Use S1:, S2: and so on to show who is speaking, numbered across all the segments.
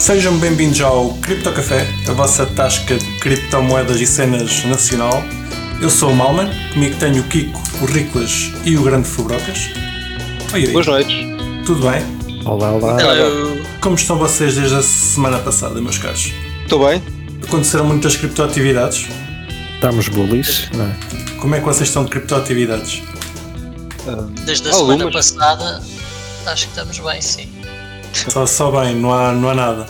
S1: Sejam bem-vindos ao Cripto Café, a vossa tasca de criptomoedas e cenas nacional. Eu sou o Malman, comigo tenho o Kiko, o Riclas e o Grande Fubrocas. Oi, oi,
S2: Boas noites.
S1: tudo bem?
S3: Olá, olá.
S1: Como estão vocês desde a semana passada, meus caros?
S2: Estou bem?
S1: Aconteceram muitas criptoatividades?
S3: Estamos bullies, não é?
S1: Como é que vocês estão de criptoatividades?
S4: Desde a
S2: Algumas.
S4: semana passada, acho que estamos bem, sim.
S1: Só, só bem, não há, não há nada.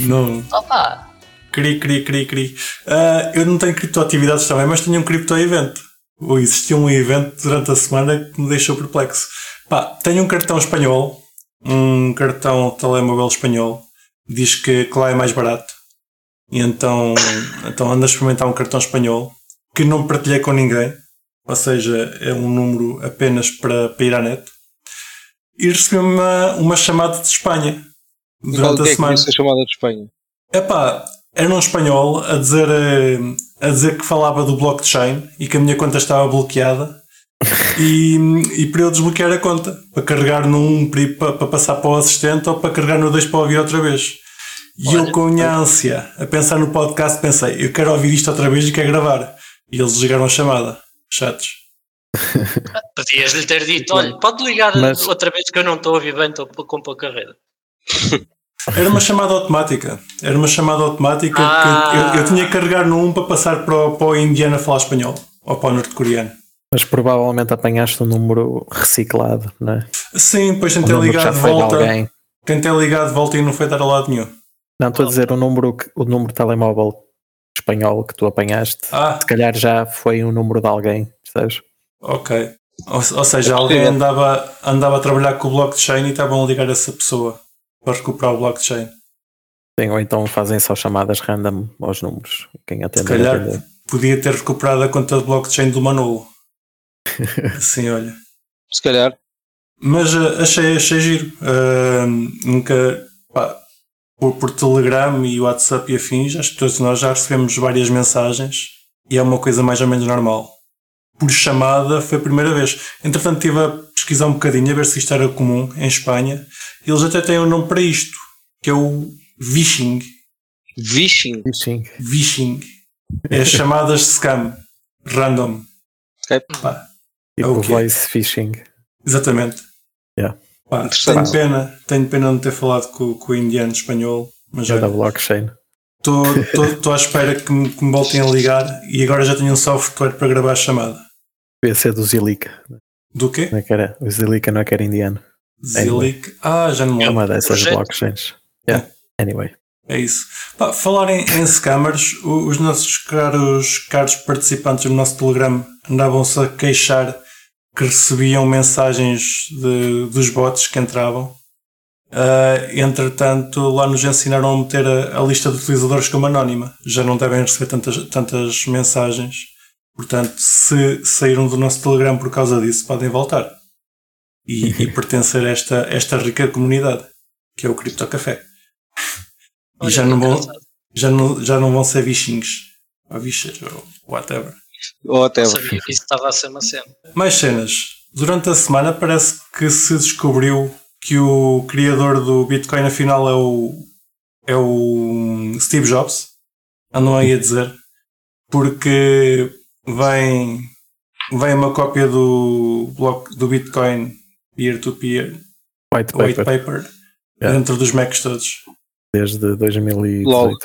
S1: Não.
S4: Opa!
S1: Cri, cri, cri, cri. Ah, eu não tenho criptoatividades também, mas tenho um cripto-evento. Ou existiu um evento durante a semana que me deixou perplexo. Pá, tenho um cartão espanhol, um cartão telemóvel espanhol, diz que, que lá é mais barato. E então, então ando a experimentar um cartão espanhol que não partilhei com ninguém, ou seja, é um número apenas para, para ir à net. E recebi uma, uma chamada de Espanha
S2: E qual
S1: durante
S2: é
S1: a
S2: que
S1: semana.
S2: começou a chamada de Espanha?
S1: Epá, era um espanhol a dizer, eh, a dizer que falava do blockchain e que a minha conta estava bloqueada e, e para eu desbloquear a conta, para carregar no 1 para, ir pa- para passar para o assistente ou para carregar no 2 para ouvir outra vez. E eu com a minha ânsia a pensar no podcast pensei, eu quero ouvir isto outra vez e quero gravar. E eles ligaram a chamada. Chatos.
S4: Podias-lhe ter dito: olha, pode ligar
S3: Mas-
S4: outra vez que eu não estou a ouvir bem, estou com pouca rede.
S1: Era uma chamada automática. Era uma chamada automática
S4: Ah.
S1: que eu, eu tinha que carregar no 1 para passar para o, para o indiano a falar espanhol ou para o norte-coreano.
S3: Mas provavelmente apanhaste um número reciclado, não é?
S1: Sim, pois
S3: Um
S1: tentei
S3: número que
S1: ligar
S3: já
S1: de
S3: foi de
S1: volta.
S3: alguém.
S1: Tentei ligar de volta e não foi dar a lado nenhum.
S3: Não, estou a dizer o número, que- o número de telemóvel espanhol que tu apanhaste.
S1: Ah,
S3: Se calhar já foi um número de alguém, percebes?
S1: ok. Ou, ou
S3: É
S1: seja, alguém
S2: possível.
S1: andava, andava a trabalhar com o blockchain e estavam a ligar essa pessoa para recuperar o blockchain.
S3: Sim, ou então fazem só chamadas random aos números. Quem atende,
S1: calhar.
S3: atende.
S1: Podia ter recuperado a conta de blockchain do Manolo. Sim, olha.
S2: Se calhar.
S1: Mas eh, achei, achei giro. Ah, nunca. pá, por, por Telegram e WhatsApp e afins, acho que todos nós já recebemos várias mensagens e é uma coisa mais ou menos normal. Por chamada foi a primeira vez. Entretanto, estive a pesquisar um bocadinho a ver se isto era comum em Espanha. Eles até têm um nome para isto, que é o vishing.
S2: Vishing.
S3: Sim.
S1: Vishing. É as chamadas de scam. Random.
S2: Ok.
S1: Pá,
S3: Tipo
S1: É o quê?
S3: voice phishing.
S1: Exatamente.
S3: Yeah.
S1: Pá,
S2: Interessante.
S1: tenho pena, tenho pena de não ter falado com, com o indiano espanhol, mas
S3: Já tá da
S1: já
S3: blockchain.
S1: estou à espera que me, que me voltem a ligar e agora já tenho um software para gravar a chamada.
S3: Devia ser do Zilica.
S1: Do quê?
S3: Não é que era- O Zilica não é que era indiano.
S1: Zilic. Ah, já não
S3: É
S1: lembro.
S3: uma dessas
S4: Projeto.
S3: blockchains. Yeah. Anyway.
S1: É isso. Pá, falar em, em scammers, o- os nossos caros, caros participantes do nosso Telegram andavam-se a queixar que recebiam mensagens de- dos bots que entravam. Ah, entretanto, lá nos ensinaram a meter a, a lista de utilizadores como anónima. Já não devem receber tantas, tantas mensagens. Portanto, se saíram do nosso Telegram por causa disso, podem voltar e, e pertencer a esta, esta rica comunidade, que é o Cripto Café. E
S4: Olha, é
S1: já não, vão,
S4: engraçado.
S1: já, não, já não vão ser bichinhos. Ou bichas, ou whatever.
S2: Ou até.
S4: Não sabia que isso estava a ser uma cena.
S1: Mais cenas. Durante a semana parece que se descobriu que o criador do Bitcoin afinal é o, é o hum, Steve Jobs. Andam aí a dizer. Porque vem, vem uma cópia do, bloco, do Bitcoin peer-to-peer,
S3: White
S1: white
S3: paper.
S1: paper,
S3: Yeah.
S1: dentro dos Macs todos.
S3: desde 2018,
S2: Logo.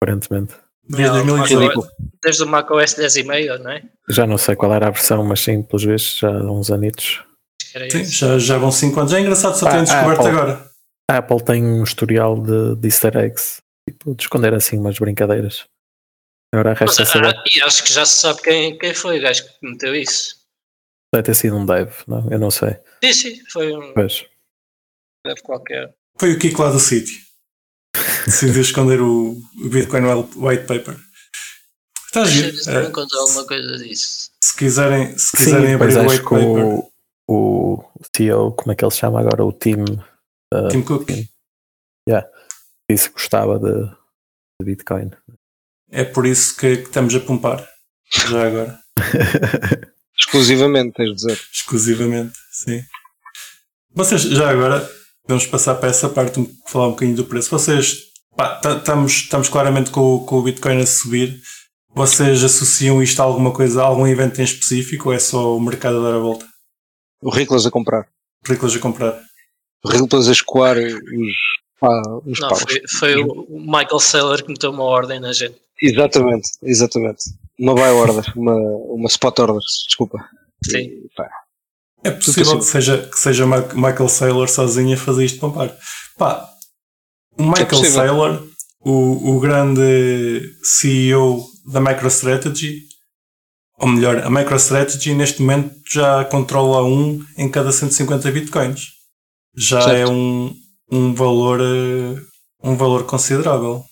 S3: aparentemente.
S1: Desde
S4: Não,
S1: 2018.
S2: ridículo.
S4: Desde o macOS 10,5, não é?
S3: Já não sei qual era a versão, mas sim, pelos vezes, já há uns anitos.
S4: Acho que era
S1: Sim,
S4: isso.
S1: já, já vão 5 anos. É engraçado só
S3: Ah,
S1: terem descoberto
S3: Apple.
S1: agora.
S3: A Apple tem um historial de, de easter eggs, tipo, de esconder assim umas brincadeiras. Agora
S4: Mas,
S3: resta saber,
S4: ah, e acho que já se sabe quem, quem foi o gajo que meteu isso.
S3: deve ter sido um dev, não? Eu não sei.
S4: Sim, sim, foi um
S3: Mas,
S4: deve qualquer.
S1: Foi o Kiko lá do sítio. Decidiu esconder o o Bitcoin White Paper. Está
S4: Deixa
S1: giro.
S4: eu ver se
S1: Eh,
S4: eu encontro alguma coisa disso.
S1: se quiserem, se
S3: sim,
S1: quiserem
S3: depois
S1: abrir o White
S3: acho que
S1: Paper,
S3: o, o CEO, como é que ele se chama agora? O Tim
S1: Tim Cook.
S3: disse que gostava de, de Bitcoin.
S1: É por isso que, que estamos a pompar. Já agora.
S2: Exclusivamente, tens de dizer.
S1: Exclusivamente. Sim. Vocês, já agora, Podemos passar para essa parte, um- falar um bocadinho do preço. Vocês, pá, ta- estamos, estamos claramente com, o- com o Bitcoin a subir. Vocês associam isto a alguma coisa, a algum evento em específico ou é só o mercado a dar a volta?
S2: Ridículas a comprar.
S1: Películas a comprar.
S2: Ridículas a escoar os, pá, os
S4: Não,
S2: paus.
S4: foi, foi o o Michael Saylor que meteu uma ordem na gente.
S2: Exatamente, exatamente. Uma buy order, uma, uma spot order, desculpa.
S4: Sim.
S2: E, pá,
S1: É possível que seja, que seja Ma- Michael Saylor sozinho a fazer isto pompar. Pá, o Michael
S2: É possível.
S1: Saylor, o, o grande CEO da MicroStrategy, ou melhor, a MicroStrategy neste momento já controla um em cada 150 bitcoins. Já
S2: Certo.
S1: é um, um valor eh, um valor considerável.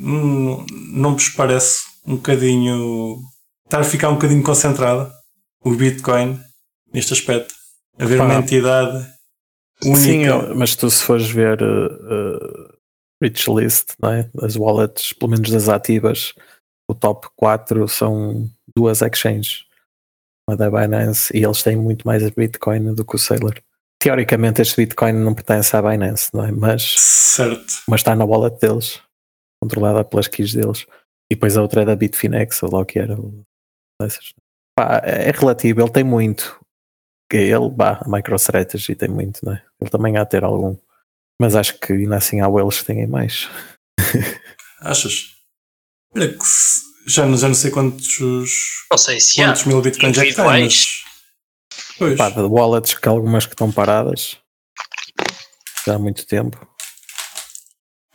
S1: Hum, não vos parece um bocadinho estar a ficar um bocadinho concentrado o Bitcoin neste aspecto. Haver
S3: Pá.
S1: uma entidade única.
S3: Sim, eu- mas tu se fores ver uh, uh, rich list, não é? as wallets, pelo menos das ativas, o top 4 são duas exchanges, uma da Binance, e eles têm muito mais Bitcoin do que o Sailor. Teoricamente este Bitcoin não pertence à Binance, não é? Mas,
S1: Certo.
S3: mas está na wallet deles, controlada pelas keys deles. E depois a outra é da Bitfinex, ou lá o que era. ou dessas. Pá, é relativo, ele tem muito. Que Ele, bah, a MicroStrategy tem muito, não é? Ele também há de ter algum. Mas acho que ainda assim há eles que têm mais.
S1: Achas? Olha que se- já, não- já não sei quantos,
S4: Não sei se há.
S1: quantos mil Bitcoins é que tem. Mas...
S4: Individuais.
S1: Pois.
S3: Pá, de wallets que algumas que estão paradas já há muito tempo.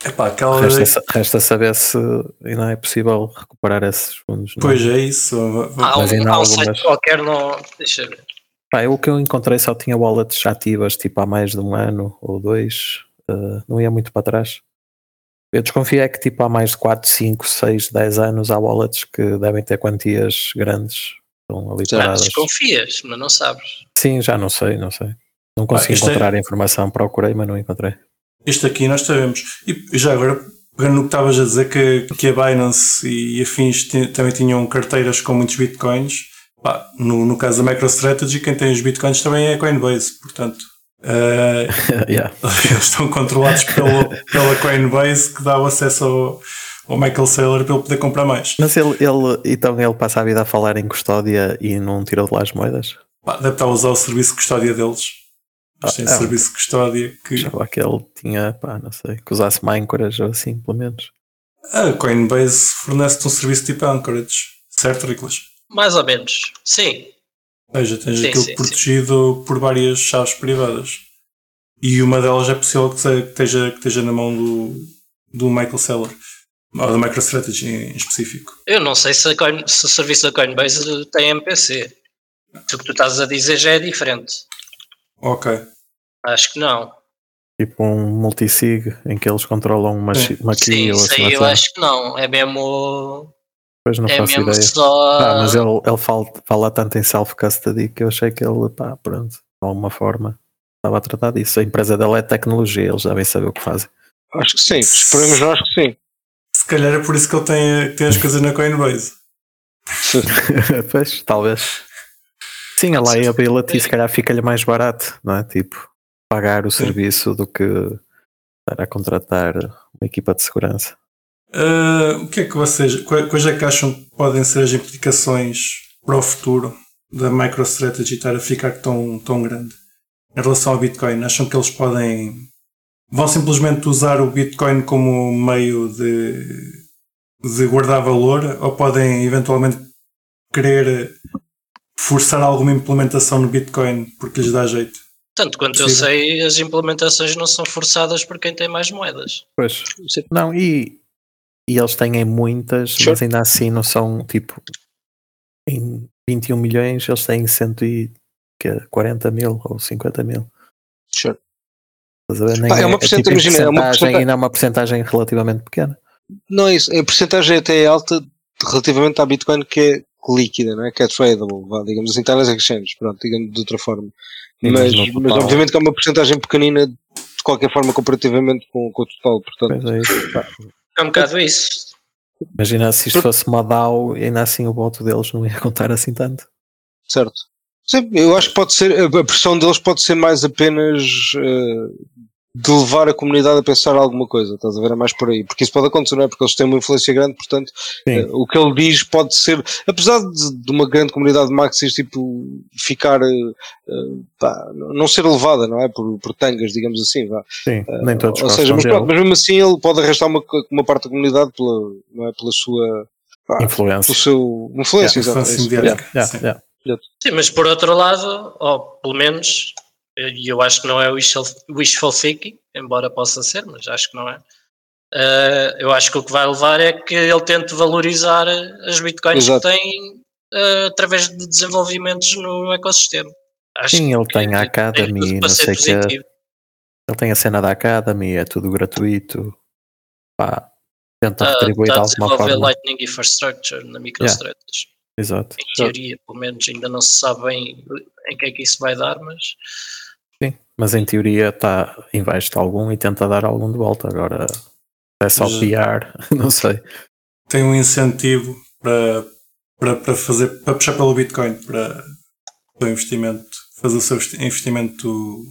S1: É pá, aquela.
S3: Resta, sa- resta saber se ainda é possível recuperar esses fundos. não é?
S1: Pois é isso.
S4: Há,
S3: Mas
S4: um,
S3: ainda há
S4: há um
S3: algumas.
S4: site qualquer, não. Deixa eu ver.
S3: Pá, eu, o que eu encontrei só tinha wallets ativas tipo há mais de um ano ou dois, eh, não ia muito para trás. Eu desconfio é que tipo há mais de 4, 5, 6, 10 anos há wallets que devem ter quantias grandes. Estão ali
S2: Já
S4: Ah,
S3: paradas.
S4: desconfias, mas não sabes.
S3: Sim, já não sei, não sei. Não consegui
S1: isto é-
S3: encontrar a informação, procurei, mas não encontrei.
S1: Este aqui nós sabemos. E já agora, pegando no que estavas a dizer, que, que a Binance e afins ti- também tinham carteiras com muitos bitcoins. Pá, no, no caso da MicroStrategy, quem tem os bitcoins também é a Coinbase, portanto. eh,
S3: Yeah.
S1: eles estão controlados pelo, pela Coinbase que dá o acesso ao, ao Michael Saylor para ele poder comprar mais.
S3: Mas ele, ele- então ele passa a vida a falar em custódia e não tirou de lá as moedas?
S1: Pá, deve estar a usar o serviço de custódia deles. Eles
S3: Ah,
S1: têm
S3: é.
S1: serviço de custódia que
S3: Achava que ele tinha, pá, não sei, que usasse Minecraft ou assim, pelo menos.
S1: a Coinbase fornece-te um serviço tipo Anchorage, certo, Riclas?
S4: Mais ou menos. Sim.
S1: Ou seja, tens
S4: Sim,
S1: aquilo
S4: sim,
S1: protegido por várias chaves privadas. E uma delas é possível que se- que esteja, que esteja na mão do, do Michael Saylor. Ou da MicroStrategy em específico.
S4: Eu não sei se, a Coin- se o serviço da Coinbase tem MPC. Se O que tu estás a dizer já é diferente.
S1: Ok.
S4: Acho que não.
S3: Tipo um multisig em que eles controlam uma,
S1: Sim.
S3: chi- uma key
S4: Sim,
S3: ou
S4: isso
S3: assim.
S4: aí eu
S3: assim.
S4: acho que não. É mesmo.
S3: Depois não
S4: é
S3: faço
S4: mesmo
S3: ideia.
S4: só.
S3: Pá, mas ele, ele fala, fala tanto em self-custody que eu achei que ele, pá, pronto, de alguma forma estava a tratar disso. A empresa dele é tecnologia, eles devem saber o que fazem.
S2: Acho que sim, esperemos nós que sim.
S1: Se calhar é por isso que ele tem, tem as coisas na Coinbase.
S3: pois, talvez. Sim, a liability se calhar fica-lhe mais barato, não é? Tipo, pagar o serviço do que estar a contratar uma equipa de segurança.
S1: Ah, o que é que vocês. qua- Quais é que acham que podem ser as implicações para o futuro da MicroStrategy estar a ficar tão, tão grande em relação ao Bitcoin? Acham que eles podem. Vão simplesmente usar o Bitcoin como meio de, de guardar valor ou podem eventualmente querer forçar alguma implementação no Bitcoin porque lhes dá jeito?
S4: Tanto quanto eu
S1: Possível.
S4: sei, as implementações não são forçadas por quem tem mais moedas.
S3: Pois. Não, e, e eles têm em muitas,
S2: é Sure.
S3: mas ainda assim não são tipo em 21 milhões, eles têm 140 mil ou 50 mil.
S2: Sure.
S3: Estás a ver? Nem
S2: Pá, é uma
S3: tipo em
S2: percentagem, imagina, é uma
S3: percentagem,
S2: percenta-
S3: ainda é uma porcentagem relativamente pequena.
S2: Não é isso, a porcentagem até é alta relativamente à Bitcoin que é líquida, não é? que é tradable, vá, digamos assim, está nas exchanges, pronto, digamos de outra forma.
S3: Sim,
S2: Mas,
S3: mas no
S2: mas
S3: total-
S2: obviamente que é uma porcentagem pequenina de qualquer forma comparativamente com, com o total, portanto.
S3: Pois é isso, pá.
S4: É um bocado isso.
S3: Imagina se isto fosse uma DAO, ainda assim o voto deles não ia contar assim tanto.
S2: Certo. Sim, eu acho que pode ser, a a pressão deles pode ser mais apenas eh, de levar a comunidade a pensar alguma coisa, estás a ver? É mais por aí, porque isso pode acontecer, não é? Porque eles têm uma influência grande, portanto,
S3: Sim.
S2: eh, o que ele diz pode ser, apesar de, de uma grande comunidade de maxis, tipo, ficar, eh, eh, pá, não ser levada, não é? Por, por tangas, digamos assim, vá.
S3: Sim, nem todos
S2: Ou seja,
S3: gostam
S2: mas,
S3: dele.
S2: pronto, mas mesmo assim ele pode arrastar uma, co- uma parte da comunidade pela, não é? pela sua, pá,
S3: Influência.
S2: pelo seu influência,
S1: Yeah,
S2: exato, é isso.
S1: influência
S3: Yeah, yeah,
S1: assim Sim.
S3: yeah.
S4: Sim, mas por outro lado, ou pelo menos, e eu acho que não é wishful, wishful thinking, embora possa ser, mas acho que não é. Eh, eu acho que o que vai levar é que ele tente valorizar as bitcoins
S2: Exato.
S4: que tem eh, através de desenvolvimentos no ecossistema. Acho
S3: Sim, ele
S4: que
S3: tem
S4: tem
S3: a Academy,
S4: tudo para
S3: não
S4: ser
S3: sei o que.
S4: positivo.
S3: Ele tem a cena da Academy, é tudo gratuito. Pá, tenta
S4: Ah,
S3: retribuir
S4: está a
S3: de alguma
S4: desenvolver
S3: forma.
S4: Lightning Infrastructure na MicroStrategy.
S3: Exato.
S4: Em teoria, pelo menos, ainda não se sabe bem em que é que isso vai dar, mas
S3: Mas em teoria tá, investe algum e tenta dar algum de volta. Agora é só
S1: Mas-
S3: PR, não sei.
S1: Tem um incentivo para, para, para fazer, para puxar pelo Bitcoin, para o seu investimento, fazer o seu investi- investimento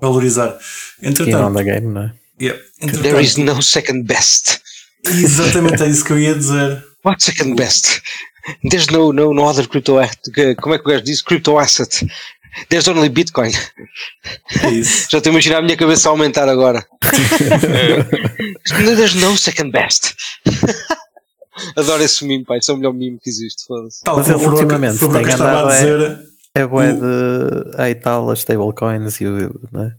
S1: valorizar.
S3: E não
S1: Entretanto,
S3: da game, não é?
S1: yeah,
S2: There is
S1: entretanto
S2: no second best.
S1: exatamente é isso que eu ia dizer.
S2: What second best? There's no, no, no other crypto, a- que- como é que o gajo diz? Crypto asset. There's only Bitcoin.
S1: É isso.
S2: Já estou a imaginar a minha cabeça a aumentar agora. No, There's no second best. Adoro esse meme, pai. Esse é o melhor meme que existe. foda-se.
S1: Tal
S3: Mas
S1: como
S3: ele
S1: o Bruno-
S3: ultimamente
S1: foi o Bruno
S3: tem
S1: que estava a
S3: andado, é-
S1: dizer.
S3: É boé de. Aí tal, as stablecoins e o. Não é?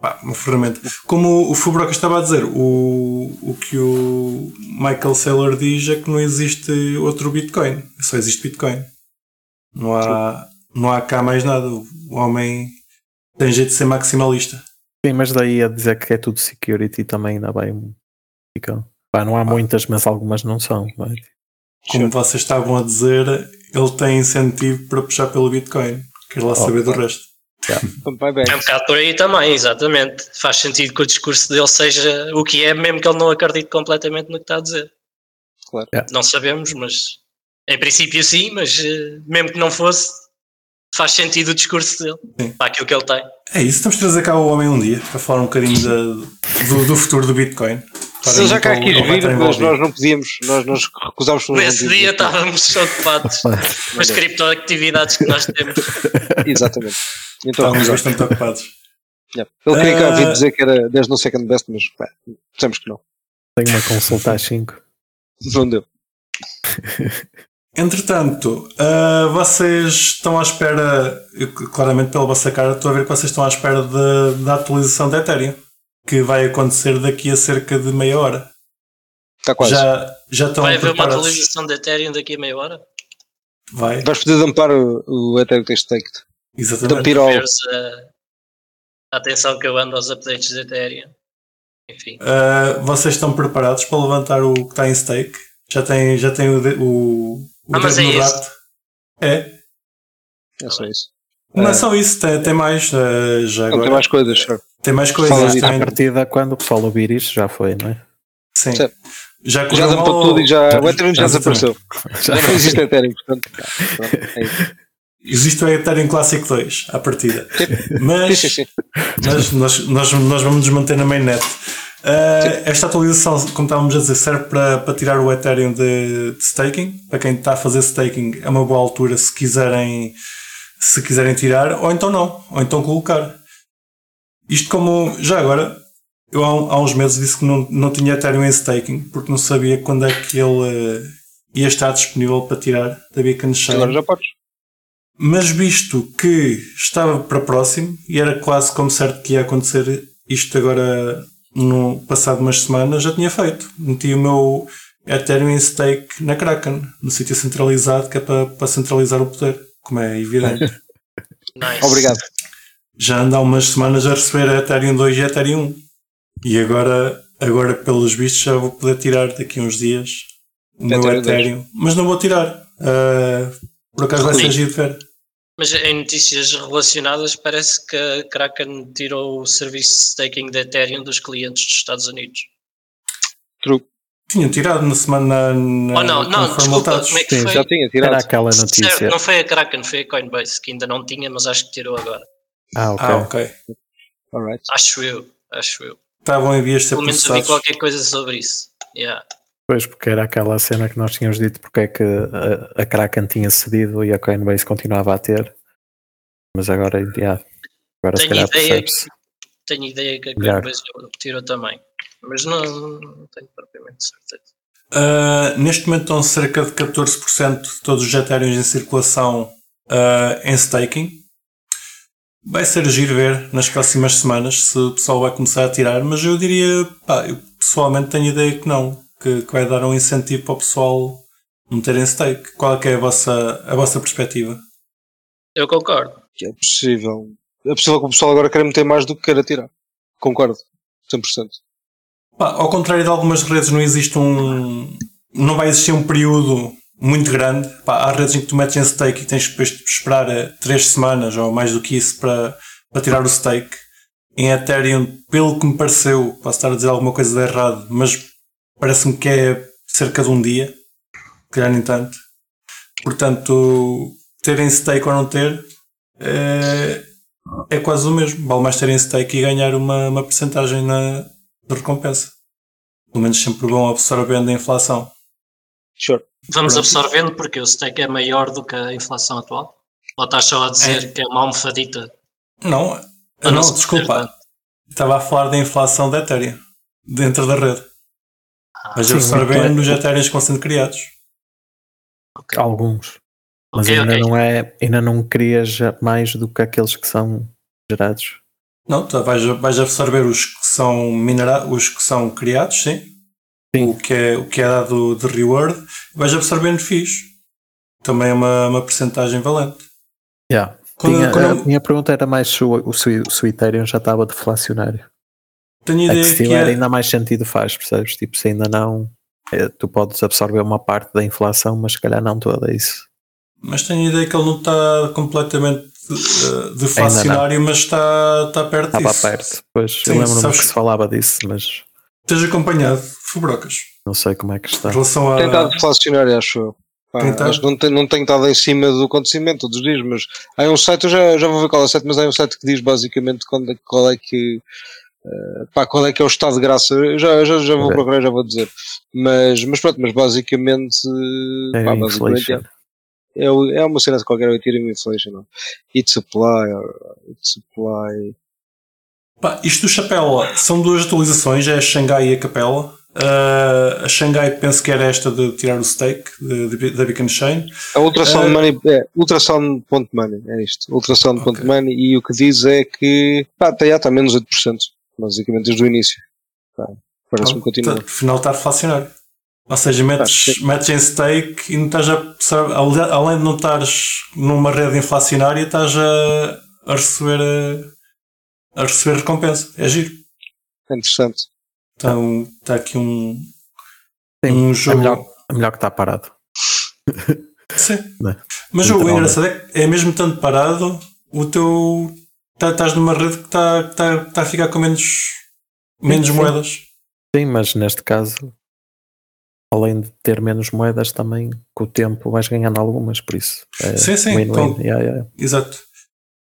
S1: Pá, uma ferramenta. Como o Fubroca estava a dizer, o, o que o Michael Saylor diz é que não existe outro Bitcoin. Só existe Bitcoin. Não há, não há cá mais nada. O homem tem jeito de ser maximalista.
S3: Sim, mas daí a dizer que é tudo security também ainda bem. um picão. Pá, não há muitas, mas algumas não são. não é?
S1: Como vocês estavam a dizer, ele tem incentivo para puxar pelo Bitcoin. Quer lá saber do resto.
S2: Vai bem.
S4: É um bocado por aí também, exatamente. Faz sentido que o discurso dele seja o que é, mesmo que ele não acredite completamente no que está a dizer.
S2: Claro.
S3: É.
S4: Não sabemos, mas em princípio sim, mas eh, mesmo que não fosse, faz sentido o discurso dele
S1: Sim.
S4: para aquilo que ele tem.
S1: É isso, temos de trazer cá o homem um dia para falar um bocadinho da- do, do futuro do Bitcoin.
S2: É, Se já cá
S1: Claramente
S2: quis
S1: ele- ele Então, vai
S2: vir,
S1: estar
S2: mas
S1: envolvido.
S2: nós não podíamos. Nós, nós recusámos por um
S4: Nesse dia estávamos ocupados com as criptoatividades que nós temos.
S2: Exatamente. Então,
S1: Estávamos
S2: recusámos.
S1: bastante ocupados.
S2: Yeah. Ele queria que eu ouvi
S1: Ah.
S2: dizer que era There's no second best, mas pá, dissemos que não.
S3: Tenho uma consulta às 5.
S2: Não deu.
S1: Entretanto, ah, vocês estão à espera, eu, claramente pela vossa cara, estou a ver que vocês estão à espera da- da atualização da Ethereum, que vai acontecer daqui a cerca de meia hora.
S2: Está Tá quase.
S1: Já, já estão
S4: Vai haver uma
S1: preparados?
S4: atualização da Ethereum daqui a meia hora?
S1: Vai,
S2: Vais poder dampar o, o Ethereum que tens staked.
S1: exatamente.
S2: Dampir all.
S4: Veres eh, a atenção que eu ando aos updates da Ethereum. Enfim,
S1: Ah, vocês estão preparados para levantar o que está em stake? Já tem, já tem o, de- o, o
S4: Ah, mas
S1: dedo
S4: é
S1: no
S4: este.
S1: rato? É?
S2: É só isso.
S1: Não
S2: É.
S1: é só isso, tem, tem mais. ah, já
S2: Não,
S1: agora.
S2: tem mais coisas. sure.
S1: Tem mais
S2: Fala
S1: coisas.
S2: disso.
S3: A
S1: Tem,
S3: partir da quando o pessoal ouvir isto já foi, não é?
S1: sim.
S2: Certo.
S1: Já
S2: Já
S1: correu
S2: dampou
S1: mal-
S2: tudo e já. O Ethereum já
S1: Exatamente.
S2: desapareceu. Já não existe Ethereum, portanto. pá, pronto, é isso.
S1: Existe o Ethereum Classic 2 à partida.
S2: Sim, sim,
S1: Mas,
S2: sim.
S1: mas nós, nós, nós vamos nos manter na mainnet. Uh, esta atualização, como estávamos a dizer, serve para, para tirar o Ethereum de, de staking. Para quem está a fazer staking, é uma boa altura se quiserem, se quiserem tirar, ou então não, ou então colocar. Isto como já agora, eu há, um- há uns meses disse que não, não tinha Ethereum em staking porque não sabia quando é que ele uh, ia estar disponível para tirar da Beacon Chain
S2: Agora já podes.
S1: mas visto que estava para próximo e era quase como certo que ia acontecer isto agora no passado umas semanas, já tinha feito. Meti o meu Ethereum em stake na Kraken, no sítio centralizado, que é para, para centralizar o poder, como é evidente.
S4: nice.
S2: Obrigado.
S1: já anda há umas semanas a receber a Ethereum 2 e a Ethereum 1. E agora, agora pelos vistos, já vou poder tirar daqui a uns dias o meu
S2: Ethereum
S1: Ethereum.
S2: 2.
S1: Mas não vou tirar. Ah, por acaso vai ser
S4: Sim.
S1: giro de ver.
S4: Mas em notícias relacionadas, parece que a Kraken tirou o serviço de staking da Ethereum dos clientes dos Estados Unidos.
S2: True.
S1: Tinham tirado na semana. Na,
S4: oh, não,
S1: quando
S4: não,
S1: foram
S4: desculpa,
S1: multados.
S4: como é que
S3: Sim,
S4: foi?
S2: Já tinha
S3: Era
S2: tirado.
S3: aquela
S4: Certo,
S3: notícia.
S4: não foi a Kraken, foi a Coinbase, que ainda não tinha, mas acho que tirou agora.
S3: Ah, ok.
S1: Ah, ok.
S2: Alright.
S4: Acho eu. acho eu.
S1: Estavam em vias de ser
S4: Pelo menos eu vi
S1: é processados.
S4: qualquer coisa sobre isso. Yeah.
S3: Pois, porque era aquela cena que nós tínhamos dito porque é que a, a Kraken tinha cedido e a Coinbase continuava a ter. Mas agora, já, agora
S4: Tenho
S3: se calhar
S4: ideia
S3: percebe-se.
S4: Tenho ideia que a
S3: Melhor.
S4: Coinbase tirou também. Mas não, não tenho propriamente certeza.
S1: Uh, neste momento estão cerca de 14% de todos os Ethereum em circulação uh, em staking. Vai ser giro ver nas próximas semanas se o pessoal vai começar a tirar, mas eu diria, pá, eu pessoalmente tenho ideia que não, que, que vai dar um incentivo para o pessoal meter em stake. Qual é, que é a vossa, a vossa perspectiva?
S4: Eu concordo.
S2: Que é possível. É possível que o pessoal agora queira meter mais do que queira tirar. Concordo. 100%.
S1: Pá, ao contrário de algumas redes, não existe um. Não vai existir um período muito grande. Pá, há redes em que tu metes em stake e tens que depois de esperar eh, três semanas ou mais do que isso para, para tirar o stake. Em Ethereum, pelo que me pareceu, posso estar a dizer alguma coisa de errado, mas parece-me que é cerca de um dia. Se calhar nem tanto. Portanto, ter em stake ou não ter eh, é, quase o mesmo. Vale mais ter em stake e ganhar uma, uma percentagem na, de recompensa. Pelo menos sempre vão absorvendo a inflação.
S2: Sure.
S4: Vamos
S1: Pronto.
S4: absorvendo porque o stake é maior do que a inflação atual. Ou estás só a dizer que é uma almofadita?
S1: Não,
S4: Ah,
S1: não,
S4: não,
S1: desculpa.
S4: certo.
S1: Estava a falar da inflação da Ethereum dentro da rede. Mas
S3: Sim,
S1: absorvendo
S3: muito
S1: os
S3: bem.
S1: Ethereums que vão sendo criados.
S4: Ok,
S3: Alguns. Mas
S4: ok.
S3: ainda,
S4: ok.
S3: Não é, ainda não crias mais do que aqueles que são gerados.
S1: Não, tu vais, vais absorver os que são minera os que são criados, sim.
S3: Sim.
S1: O, que é, o que é dado de reward. Vais absorvendo FIIs. Também é uma, uma percentagem valente.
S3: Yeah.
S1: Quando-
S3: Tinha-
S1: quando-
S3: a minha pergunta era mais se o, se o- se o Ethereum já estava deflacionário.
S1: tenho
S3: É que
S1: ideia
S3: se
S1: que,
S3: tiver
S1: é,
S3: ainda mais sentido faz, percebes? Tipo, se ainda não, eh, tu podes absorver uma parte da inflação, mas se calhar não toda, é isso.
S1: Mas tenho ideia que ele não está completamente eh, deflacionário, mas está, está perto
S3: Estava
S1: disso.
S3: perto. Pois
S1: Sim,
S3: eu lembro-me
S1: sabes-
S3: que se falava disso, mas
S1: Esteja acompanhado, Fubrocas.
S3: não sei como é que está.
S1: Em relação a.
S2: Tem estado deflacionário, acho eu. Pá,
S1: Tem estado?
S2: acho que não, tem, não tenho estado em cima do acontecimento todos os dias, mas há um site, eu já, já vou ver qual é o site, mas há um site que diz basicamente quando, é- qual é que. eh, pá, qual é que é o estado de graça? Eu já, já, já vou
S3: Ok.
S2: procurar, já vou dizer. Mas, mas pronto, mas basicamente. eh,
S3: Ethereum
S2: pá, basicamente é,
S3: inflation.
S2: é, o- é uma cena de qualquer o Ethereum Inflation. Não? é? It Supply, or It Supply.
S1: Pá, isto do Chapela são duas atualizações, é a Xangai e a Capela. Ah, a Xangai penso que era esta de tirar o stake de- de- da Beacon Chain.
S2: A ultrassound
S1: Eh,
S2: money, é, ultrassound.money, é isto. Ultrassound.money money e o que diz é que, pá, está, já está menos 8%, basicamente desde o início. Pá, parece-me
S1: Pronto,
S2: continua.
S1: tá- Afinal está reflacionário. Ou seja, metes, metes em stake e não estás a, sabe, ale- além de não estares numa rede inflacionária, estás a, a receber a, a receber recompensa. É giro.
S2: É interessante.
S1: Então está aqui um,
S3: Sim,
S1: um jogo.
S3: melhor. É melhor que está parado.
S1: Sim.
S3: Né?
S1: Mas o
S3: Literalmente.
S1: engraçado é que é mesmo tanto parado, o teu. tá- Estás numa rede que está tá, tá a ficar com menos, menos
S3: sim.
S1: moedas.
S3: Sim, mas neste caso, além de ter menos moedas, também com o tempo vais ganhando algumas, por isso. É
S1: Sim, sim,
S3: win-win.
S1: então-
S3: Yeah, yeah.
S1: Exato.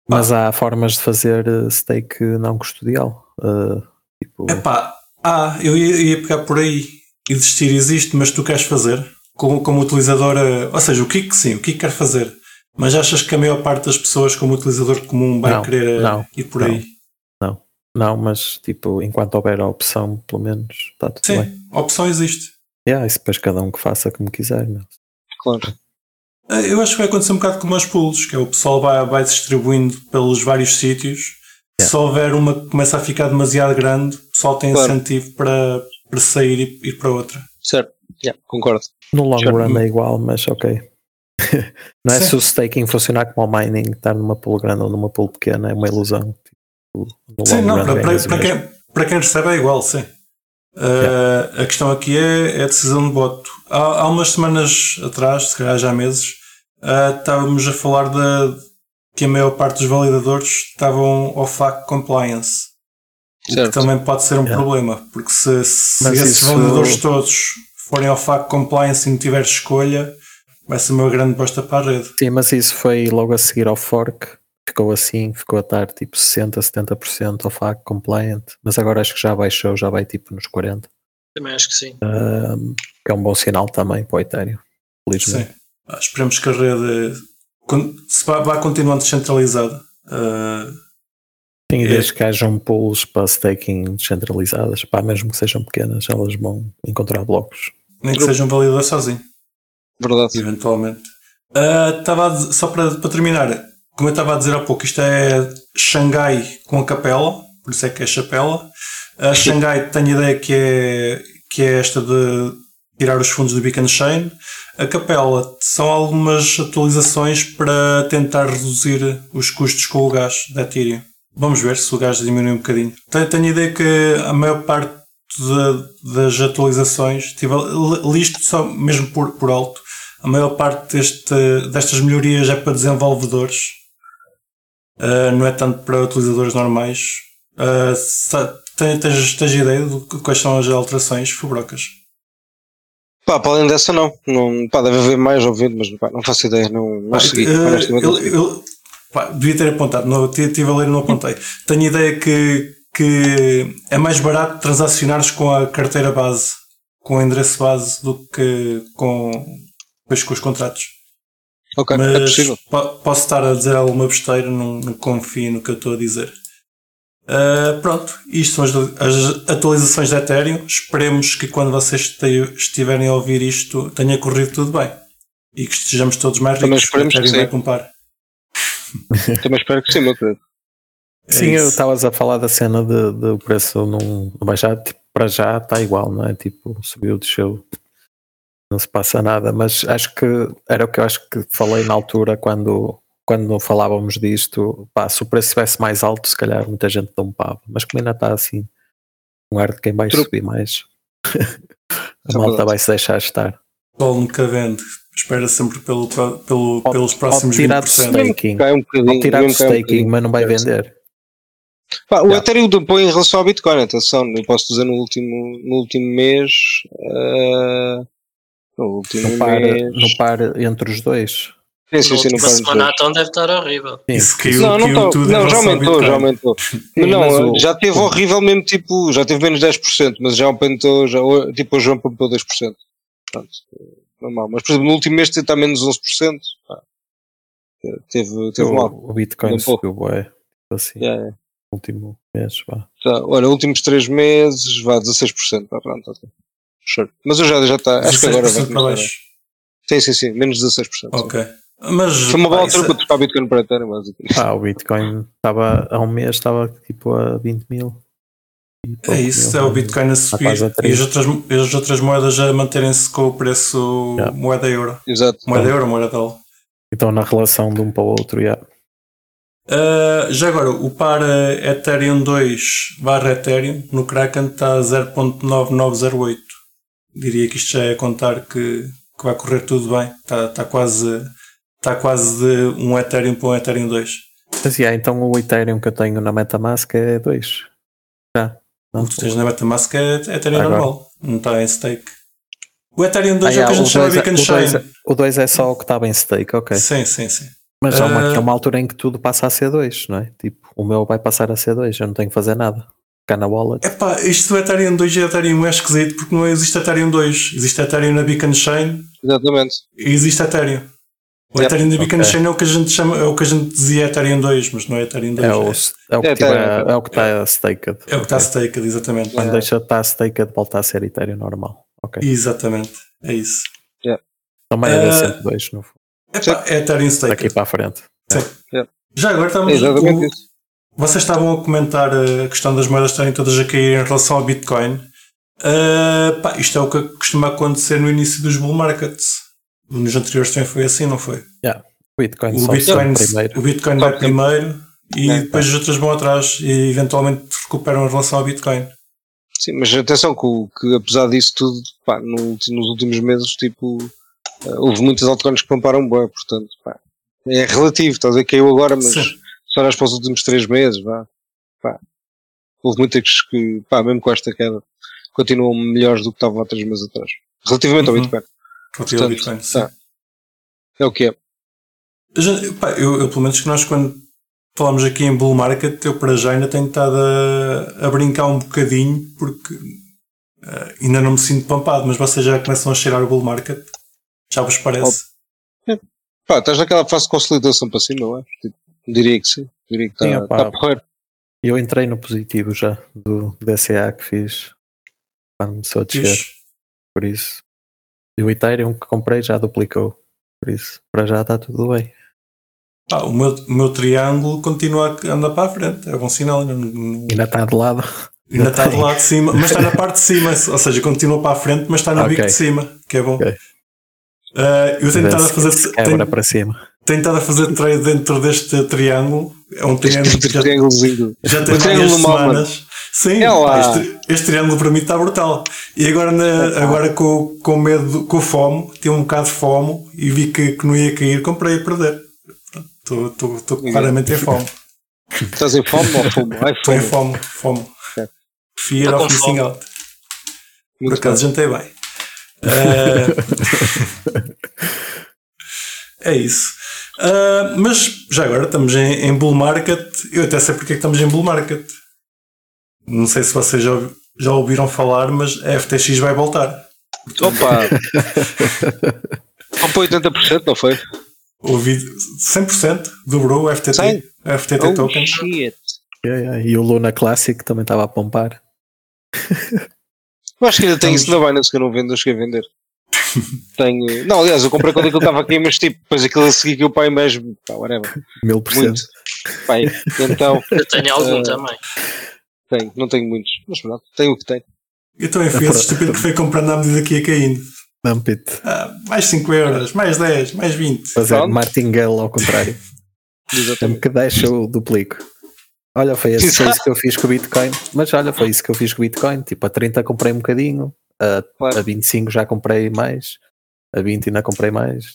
S3: Mas há formas de fazer eh, stake não custodial. eh, tipo,
S1: Epá, É ah, eu ia, ia pegar por aí. Existir existe, mas tu queres fazer? Como, como utilizador. eh, Ou seja, o que sim, o que quer fazer? Mas achas que a maior parte das pessoas, como utilizador comum, vai
S3: Não,
S1: querer eh,
S3: não,
S1: ir por
S3: não.
S1: aí?
S3: não, mas tipo, enquanto houver a opção, pelo menos está tudo
S1: Sim,
S3: bem.
S1: a opção existe.
S3: Yeah, isso depois cada um que faça como quiser. Meu.
S2: Claro.
S1: Ah, Eu acho que vai acontecer um bocado como aos pulos, que é o pessoal vai, vai distribuindo pelos vários sítios.
S3: Yeah.
S1: Se houver uma que começa a ficar demasiado grande, o pessoal tem
S2: Claro.
S1: incentivo para, para sair e ir para outra.
S2: Certo. Yeah, concordo.
S3: No long
S2: Sure.
S3: run é igual, mas ok. não é
S1: Sim.
S3: se o staking funcionar como o mining, estar numa pool grande ou numa pool pequena, é uma ilusão. Tipo, no
S1: sim,
S3: long
S1: não,
S3: run
S1: para, para,
S3: ganhas o
S1: para
S3: mesmo.
S1: quem, para quem recebe é igual, sim. Ah, A questão aqui é, é a decisão de voto. Há, há umas semanas atrás, se calhar já há meses, ah, estávamos a falar da, que a maior parte dos validadores estavam OFAC compliance. que
S2: Certo.
S1: também pode ser um
S3: Yeah.
S1: problema, porque se, se
S3: Mas
S1: esses
S3: isso-
S1: validadores todos forem ao FAC compliance e não tiver escolha, vai ser uma grande bosta para a rede.
S3: Sim, mas isso foi logo a seguir ao fork ficou assim, ficou a estar tipo 60, 70% OFAC compliant, mas agora acho que já baixou, já vai tipo nos 40,
S4: Também acho que sim.
S3: Ahm, que é um bom sinal também para o Ethereum, felizmente.
S1: Sim. Ah, Esperemos que a rede con- se vá, vá continuando descentralizada. Ah,
S3: Sim, e
S1: É.
S3: desde que hajam pools para staking descentralizadas, pá, mesmo que sejam pequenas, elas vão encontrar blocos.
S1: nem que seja um validador sozinho,
S2: Verdade.
S1: eventualmente. Ah, estava a dizer- só para, para terminar, como eu estava a dizer há pouco, isto é Xangai com a capela, por isso é que é chapela. A Xangai tenho ideia que é, que é esta de tirar os fundos do Beacon Chain. A capela são algumas atualizações para tentar reduzir os custos com o gás da Ethereum. Vamos ver se o gás diminui um bocadinho. Tenho, tenho ideia que a maior parte de- das atualizações, tive, li- li isto só mesmo por, por alto, a maior parte deste- destas melhorias é para desenvolvedores, Ah, não é tanto para utilizadores normais. Ah, sa- te- tens, tens ideia de que- quais são as alterações, Fubrocas?
S2: Pá, para além dessa, não. não pá, deve haver mais, obviamente, mas pá, não faço ideia. Não, não segui.
S1: Eh,
S2: honestamente, não
S1: eu-
S2: segui.
S1: eu- pá, devia ter apontado, não, estive a ler e não apontei. Tenho ideia que, que é mais barato transacionares com a carteira base, com o endereço base, do que com, depois com os contratos.
S2: Ok, é
S1: Mas
S2: possível.
S1: po- posso estar a dizer alguma besteira, não, não confio no que eu estou a dizer. Ah, pronto, isto são as, as atualizações da Ethereum. Esperemos que quando vocês te- estiverem a ouvir isto tenha corrido tudo bem e que estejamos todos mais
S2: Também
S1: ricos.
S2: esperemos que
S1: Ethereum vai
S2: sim.
S1: comprar.
S2: Também espero que sim, meu querido.
S1: É
S3: Sim, eu
S1: isso.
S3: estavas a falar da cena de, de o preço não não baixar, tipo, para já está igual, não é? Tipo, subiu, desceu, não se passa nada, mas acho que era o que eu acho que falei na altura quando, quando falávamos disto, pá, se o preço estivesse mais alto, se calhar muita gente não pava, mas como ainda está assim, um ar de quem vai
S2: Tru-
S3: subir mais, a
S2: É
S3: malta
S2: verdade.
S3: vai se deixar estar.
S1: Sol nunca vende. Espera sempre pelo, pelo,
S3: Pode-
S1: pelos
S3: Pode
S1: próximos
S3: tirar do
S1: 20%.
S3: staking,
S2: Cai um bocadinho.
S3: pode tirar do
S2: mesmo cai um
S3: staking,
S2: bocadinho.
S3: mas não vai
S2: Certo.
S3: vender.
S2: Pá, o
S3: Yeah.
S2: Ethereum depõe em relação ao Bitcoin, atenção, eu posso dizer no último, no último mês. eh, no último
S3: no par,
S2: mês.
S3: no par entre os dois.
S2: Sim,
S4: Na
S2: sim, sim, no
S4: última
S2: par dos
S4: semana
S2: dois.
S4: então deve estar horrível.
S3: Sim.
S1: Isso caiu,
S2: Não, não,
S1: caiu
S2: tá-
S1: tudo é em
S2: não já
S1: relação ao
S2: aumentou,
S1: Bitcoin.
S2: já aumentou. Mas não, eh,
S3: mas o-
S2: já teve horrível mesmo, tipo, já teve menos 10%, mas já aumentou, já, tipo, hoje aumentou 2%. Portanto, não mal. Mas, por exemplo, no último mês está menos 11%. Pá, teve, teve mal.
S3: o, o Bitcoin
S2: Não pouco.
S3: subiu, bué, assim,
S2: Yeah, yeah.
S3: no último mês, vá.
S2: Tá, olha, últimos 3 meses, vá, 16%. Vá, tá, pronto, ok. Sure. Mas eu já, já está, acho que agora
S1: 16%
S2: vai
S1: para
S2: começar.
S1: baixo.
S2: Sim, sim, sim, menos 16%. sim.
S1: Ok. Mas,
S2: Foi uma boa
S1: pá, isso- é-
S2: altura para trocar Bitcoin para Ethereum, basicamente.
S3: Ah, o Bitcoin estava há um mês, estava tipo a 20 mil.
S1: É isso, é o Bitcoin a subir
S3: quase a
S1: e
S3: três.
S1: as outras, as outras moedas a manterem-se com o preço
S3: Yeah. Tá.
S1: moeda euro.
S2: Exato.
S1: Moeda euro, moeda dólar.
S3: Então, na relação de um para o outro, já.
S1: Ah, já agora, o par eh, Ethereum 2 barra Ethereum no Kraken tá está a 0.9908. Diria que isto já é a contar que, que vai correr tudo bem. Está, está quase, está quase de um Ethereum para um Ethereum 2.
S3: Mas, já, então o Ethereum que eu tenho na MetaMask é 2. Já. Não?
S1: O que tu tens na Metamask é Ethereum
S3: Agora.
S1: normal, não está em stake. O Ethereum 2
S3: Ah,
S1: é o
S3: já,
S1: que a
S3: o
S1: gente chama Beacon Chain.
S3: 2 é, só o que estava em stake, ok.
S1: Sim, sim, sim.
S3: Mas há uma,
S1: Ah.
S3: há uma altura em que tudo passa a C2, não é? Tipo, o meu vai passar a C2, eu não tenho que fazer nada. Ficar na wallet.
S1: Epá, isto do Ethereum 2 e Ethereum 1 é esquisito porque não existe Ethereum 2. Existe Ethereum na Beacon Chain
S2: Exatamente.
S1: e existe Ethereum. O
S2: Yep,
S1: Ethereum da Beacon
S3: ok.
S1: Chain é o que a gente chama, é o que a gente dizia Ethereum 2, mas não é Ethereum 2.
S3: É
S1: É,
S3: o, é o que
S2: É
S3: tiver-
S2: Ethereum,
S3: é o que está staked.
S1: é o que está staked, exatamente.
S3: Quando
S2: É.
S3: deixa de estar staked, volta a ser Ethereum normal. Ok.
S1: Exatamente. É isso.
S3: Também é
S1: Eh,
S3: sempre dois, no fundo,
S1: Epá, é Ethereum
S3: daqui
S1: staked.
S3: para a frente.
S1: Já agora
S2: É
S1: estávamos.
S2: exatamente
S1: o-
S2: isso.
S1: Vocês estavam a comentar eh, a questão das moedas estarem todas a cair em relação ao Bitcoin. Eh, pá, isto é o que costuma acontecer no início dos bull markets. Nos anteriores também foi assim, não foi?
S3: O Bitcoin
S1: O
S3: só
S1: Bitcoin,
S3: sobe primeiro.
S1: o Bitcoin
S2: Só
S1: vai primeiro e
S2: É,
S1: depois as outras vão atrás e eventualmente recuperam em relação ao Bitcoin.
S2: Sim, mas atenção que, o- que apesar disso tudo, pá, no ulti- nos últimos meses, tipo, eh, houve muitas altcoins que pamparam bem, portanto, pá, é relativo, estás a ver, caiu agora, mas
S1: Sim.
S2: se olhas para os últimos três meses, vá, pá, houve muitas que, pá, mesmo com esta queda, continuam melhores do que estavam há três meses atrás. Relativamente
S1: Uhum.
S2: ao Bitcoin.
S1: Porque é o
S2: Portanto,
S1: Bitcoin, sim.
S2: tá. É o que é.
S1: A gente- pá, eu, eu, pelo menos que nós quando falamos aqui em bull market, eu para já ainda tenho estado a, a brincar um bocadinho porque uh, ainda não me sinto pampado, mas vocês já começam a cheirar o bull market? Já vos parece?
S2: Pá, estás naquela fase de consolidação para cima, não é? Diria que sim. Diria que
S3: Sim,
S2: está
S3: opá.
S2: tá porreiro.
S3: Eu entrei no positivo já do DCA que fiz quando começou a descer,
S1: Fixe.
S3: por isso. E o Ethereum que comprei já duplicou, por isso, para já está tudo bem.
S1: Pá, o, meu, o meu triângulo continua a andar para a frente, é bom sinal. Ainda, não-
S3: Ainda está de lado.
S1: ainda
S3: ainda
S1: está do
S3: tem.
S1: lado de cima, mas está na parte de cima, ou seja, continua para a frente, mas está no
S3: Ah, Ok.
S1: bico de cima, que é bom.
S3: Ok.
S1: Ah, eu tenho estado a
S3: Se- se
S1: fazer,
S3: Quebra
S1: tenho,
S3: para cima.
S1: tenho estado a fazer trade dentro deste triângulo. É um triângulo que
S2: Este tipo
S1: já,
S2: triângulozinho.
S1: já tem
S2: O
S1: várias
S2: triângulo mau, mano.
S1: semanas. Sim,
S2: É lá. É
S1: pá, este, este triângulo para mim está brutal. E agora, na- agora com, com medo, com fome, tive um bocado de fome e vi que, que não ia cair, comprei a perder. Estou- Estou estou claramente em fome.
S2: Estás em fome ou fome? Ai,
S1: Estou em
S2: fome.
S1: fome, fome. Fear
S4: Tô
S1: of
S3: Então
S4: com
S1: missing
S4: fome.
S1: out. Por
S2: Muito bem.
S1: acaso jantei bem. Eh, é isso. Eh, mas já agora estamos em, em bull market. Eu até sei porque é que estamos em bull market. Não sei se vocês já, ouvi- já ouviram falar, mas a FTX vai voltar.
S2: Opa! Foi para 80%, não foi?
S1: Ouvi 100%, dobrou o FTT,
S2: Sim.
S1: a FTT
S2: Oh,
S1: token.
S2: shit.
S3: Yeah, yeah. E o Luna Classic também estava a pompar.
S2: Eu acho que ainda tenho
S1: Estamos-
S2: isso na Binance que eu não vendo, eu cheguei a vender. tenho. Não, aliás, eu comprei quando aquilo estava aqui, mas tipo, depois aquilo a seguir que o pai mesmo. Pá, whatever.
S3: Mil por
S2: Muito.
S3: cento.
S2: Pai, então,
S4: Eu tenho algum
S2: Eh,
S4: também.
S2: tenho. Não tenho muitos, mas pronto, tenho o que tenho.
S1: Eu também fui esse estúpido que foi comprando à medida que ia caindo.
S3: Dumpit.
S1: Ah, mais 5 euros, mais 10, mais 20.
S3: Fazer
S2: Pronto.
S3: martingale ao contrário. Sempre
S2: Exatamente.
S3: que deixa eu duplico. Olha, foi, esse- foi isso que eu fiz com o Bitcoin. Mas olha, foi isso que eu fiz com o Bitcoin. Tipo, a 30 comprei um bocadinho, a,
S2: Claro.
S3: a 25 já comprei mais, a 20 ainda comprei mais.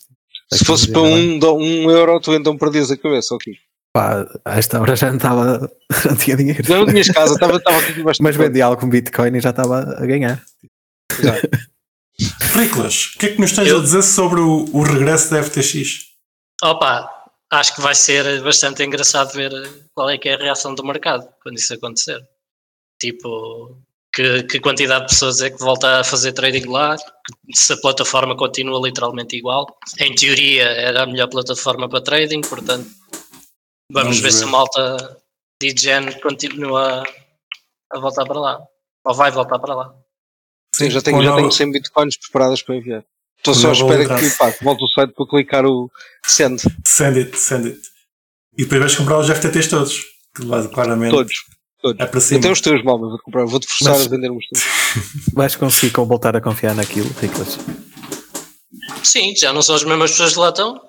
S2: Se fosse para um, do- um euro, tu então perdias a cabeça, ok.
S3: Pá, a esta hora já não estava. Não tinha dinheiro.
S2: Já não tinhas casa, estava estava aqui bastante.
S3: Mas vendi algo com Bitcoin e já estava a ganhar.
S1: Nicolas, o que é que nos tens
S4: Eu-
S1: a dizer sobre o, o regresso da FTX?
S4: Opa, acho que vai ser bastante engraçado ver qual é que é a reação do mercado quando isso acontecer. Tipo, que, que quantidade de pessoas é que volta a fazer trading lá, que- se a plataforma continua literalmente igual. Em teoria era a melhor plataforma para trading, portanto,
S1: Vamos
S4: vamos, ver, se
S1: ver.
S4: a malta DGen continua a voltar para lá. Ou vai voltar para lá.
S2: Sim, já tenho,
S1: com
S2: já
S1: nova-
S2: tenho 100 bitcoins preparadas para enviar. Estou
S1: Com
S2: só à
S1: nova
S2: espera
S1: letra.
S2: que, pá, que volte o site para clicar o send.
S1: Send it, send it. E depois vais comprar os FTTs todos. Que lá, claramente.
S2: Todos. Todos.
S1: É para cima.
S2: Até os teus, mal, vou comprar. Vou-te forçar
S3: Mas-
S2: a vender uns teus.
S3: Vais conseguir com- voltar a confiar naquilo, Nicolas.
S4: Sim, já não são as mesmas pessoas que lá estão.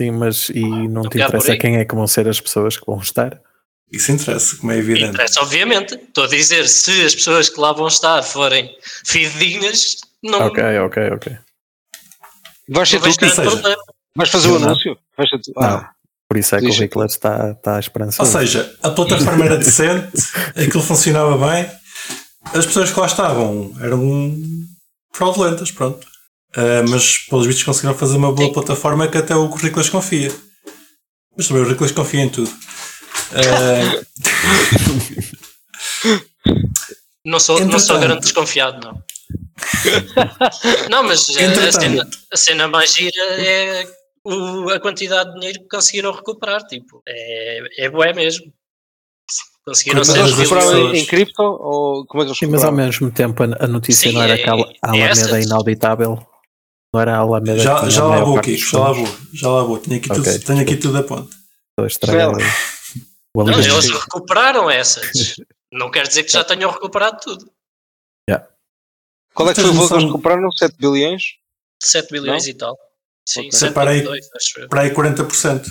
S3: Sim, mas e não te
S4: Obrigado por
S3: interessa
S4: aí.
S3: quem é que vão ser as pessoas que vão estar?
S1: Isso interessa, como é evidente.
S4: Interessa, obviamente. Estou a dizer, se as pessoas que lá vão estar forem fidedignas, não,
S3: Ok, ok, ok.
S2: Vais ser
S4: não
S2: tu
S4: vejo
S2: que
S4: grande
S1: seja.
S4: problema.
S2: vais fazer o
S3: Não.
S2: anúncio? Vais ser tu. Ah,
S3: Não, por isso é que o
S2: Diz.
S3: Nicolas está, está
S1: Ou
S3: esperançoso.
S1: seja, a plataforma era decente, aquilo funcionava bem, as pessoas que lá estavam eram fraudulentas, pronto. Ah, mas pelos bichos conseguiram fazer uma boa
S4: Sim.
S1: plataforma que até o Currículas confia. Mas também o Currículas confia em tudo. Ah,
S4: Não sou, não sou
S1: Entretanto.
S4: grande desconfiado, não. não, mas eh, a
S1: Entretanto.
S4: cena, a cena mais gira é o- a quantidade de dinheiro que conseguiram recuperar. Tipo, é, é bué mesmo. Conseguiram
S1: Mas
S2: Mas
S1: Sim,
S4: ser
S2: eles
S1: mas
S2: recuperaram
S1: pessoas.
S2: em, em cripto ou como é que eles
S3: Sim, mas ao
S2: recuperaram?
S3: mesmo tempo a a notícia
S4: Sim,
S3: não era
S4: é-
S3: aquela
S4: é
S3: Alameda
S4: essas.
S3: inauditável. Não era a Alameda que
S1: já,
S3: tinha
S1: já
S3: a
S1: lá
S3: maior
S1: vou
S3: parte
S1: aqui,
S3: dos
S1: já lá
S3: fundos.
S1: vou, já lá vou. Tenho aqui,
S3: Ok,
S1: tudo, tenho aqui tudo a ponto.
S3: Estou a estragar
S2: Espera.
S3: o
S4: Não,
S3: alívio.
S4: eles recuperaram essas. Não quer dizer que já tenham recuperado tudo.
S2: Qual é que foi o
S1: Tens
S2: valor que eles
S1: noção?
S2: recuperaram? 7 bilhões?
S4: 7 bilhões e tal. Sim,
S2: Ok.
S4: 7
S1: Separei.
S4: bilhões, acho eu.
S1: Para aí 40%.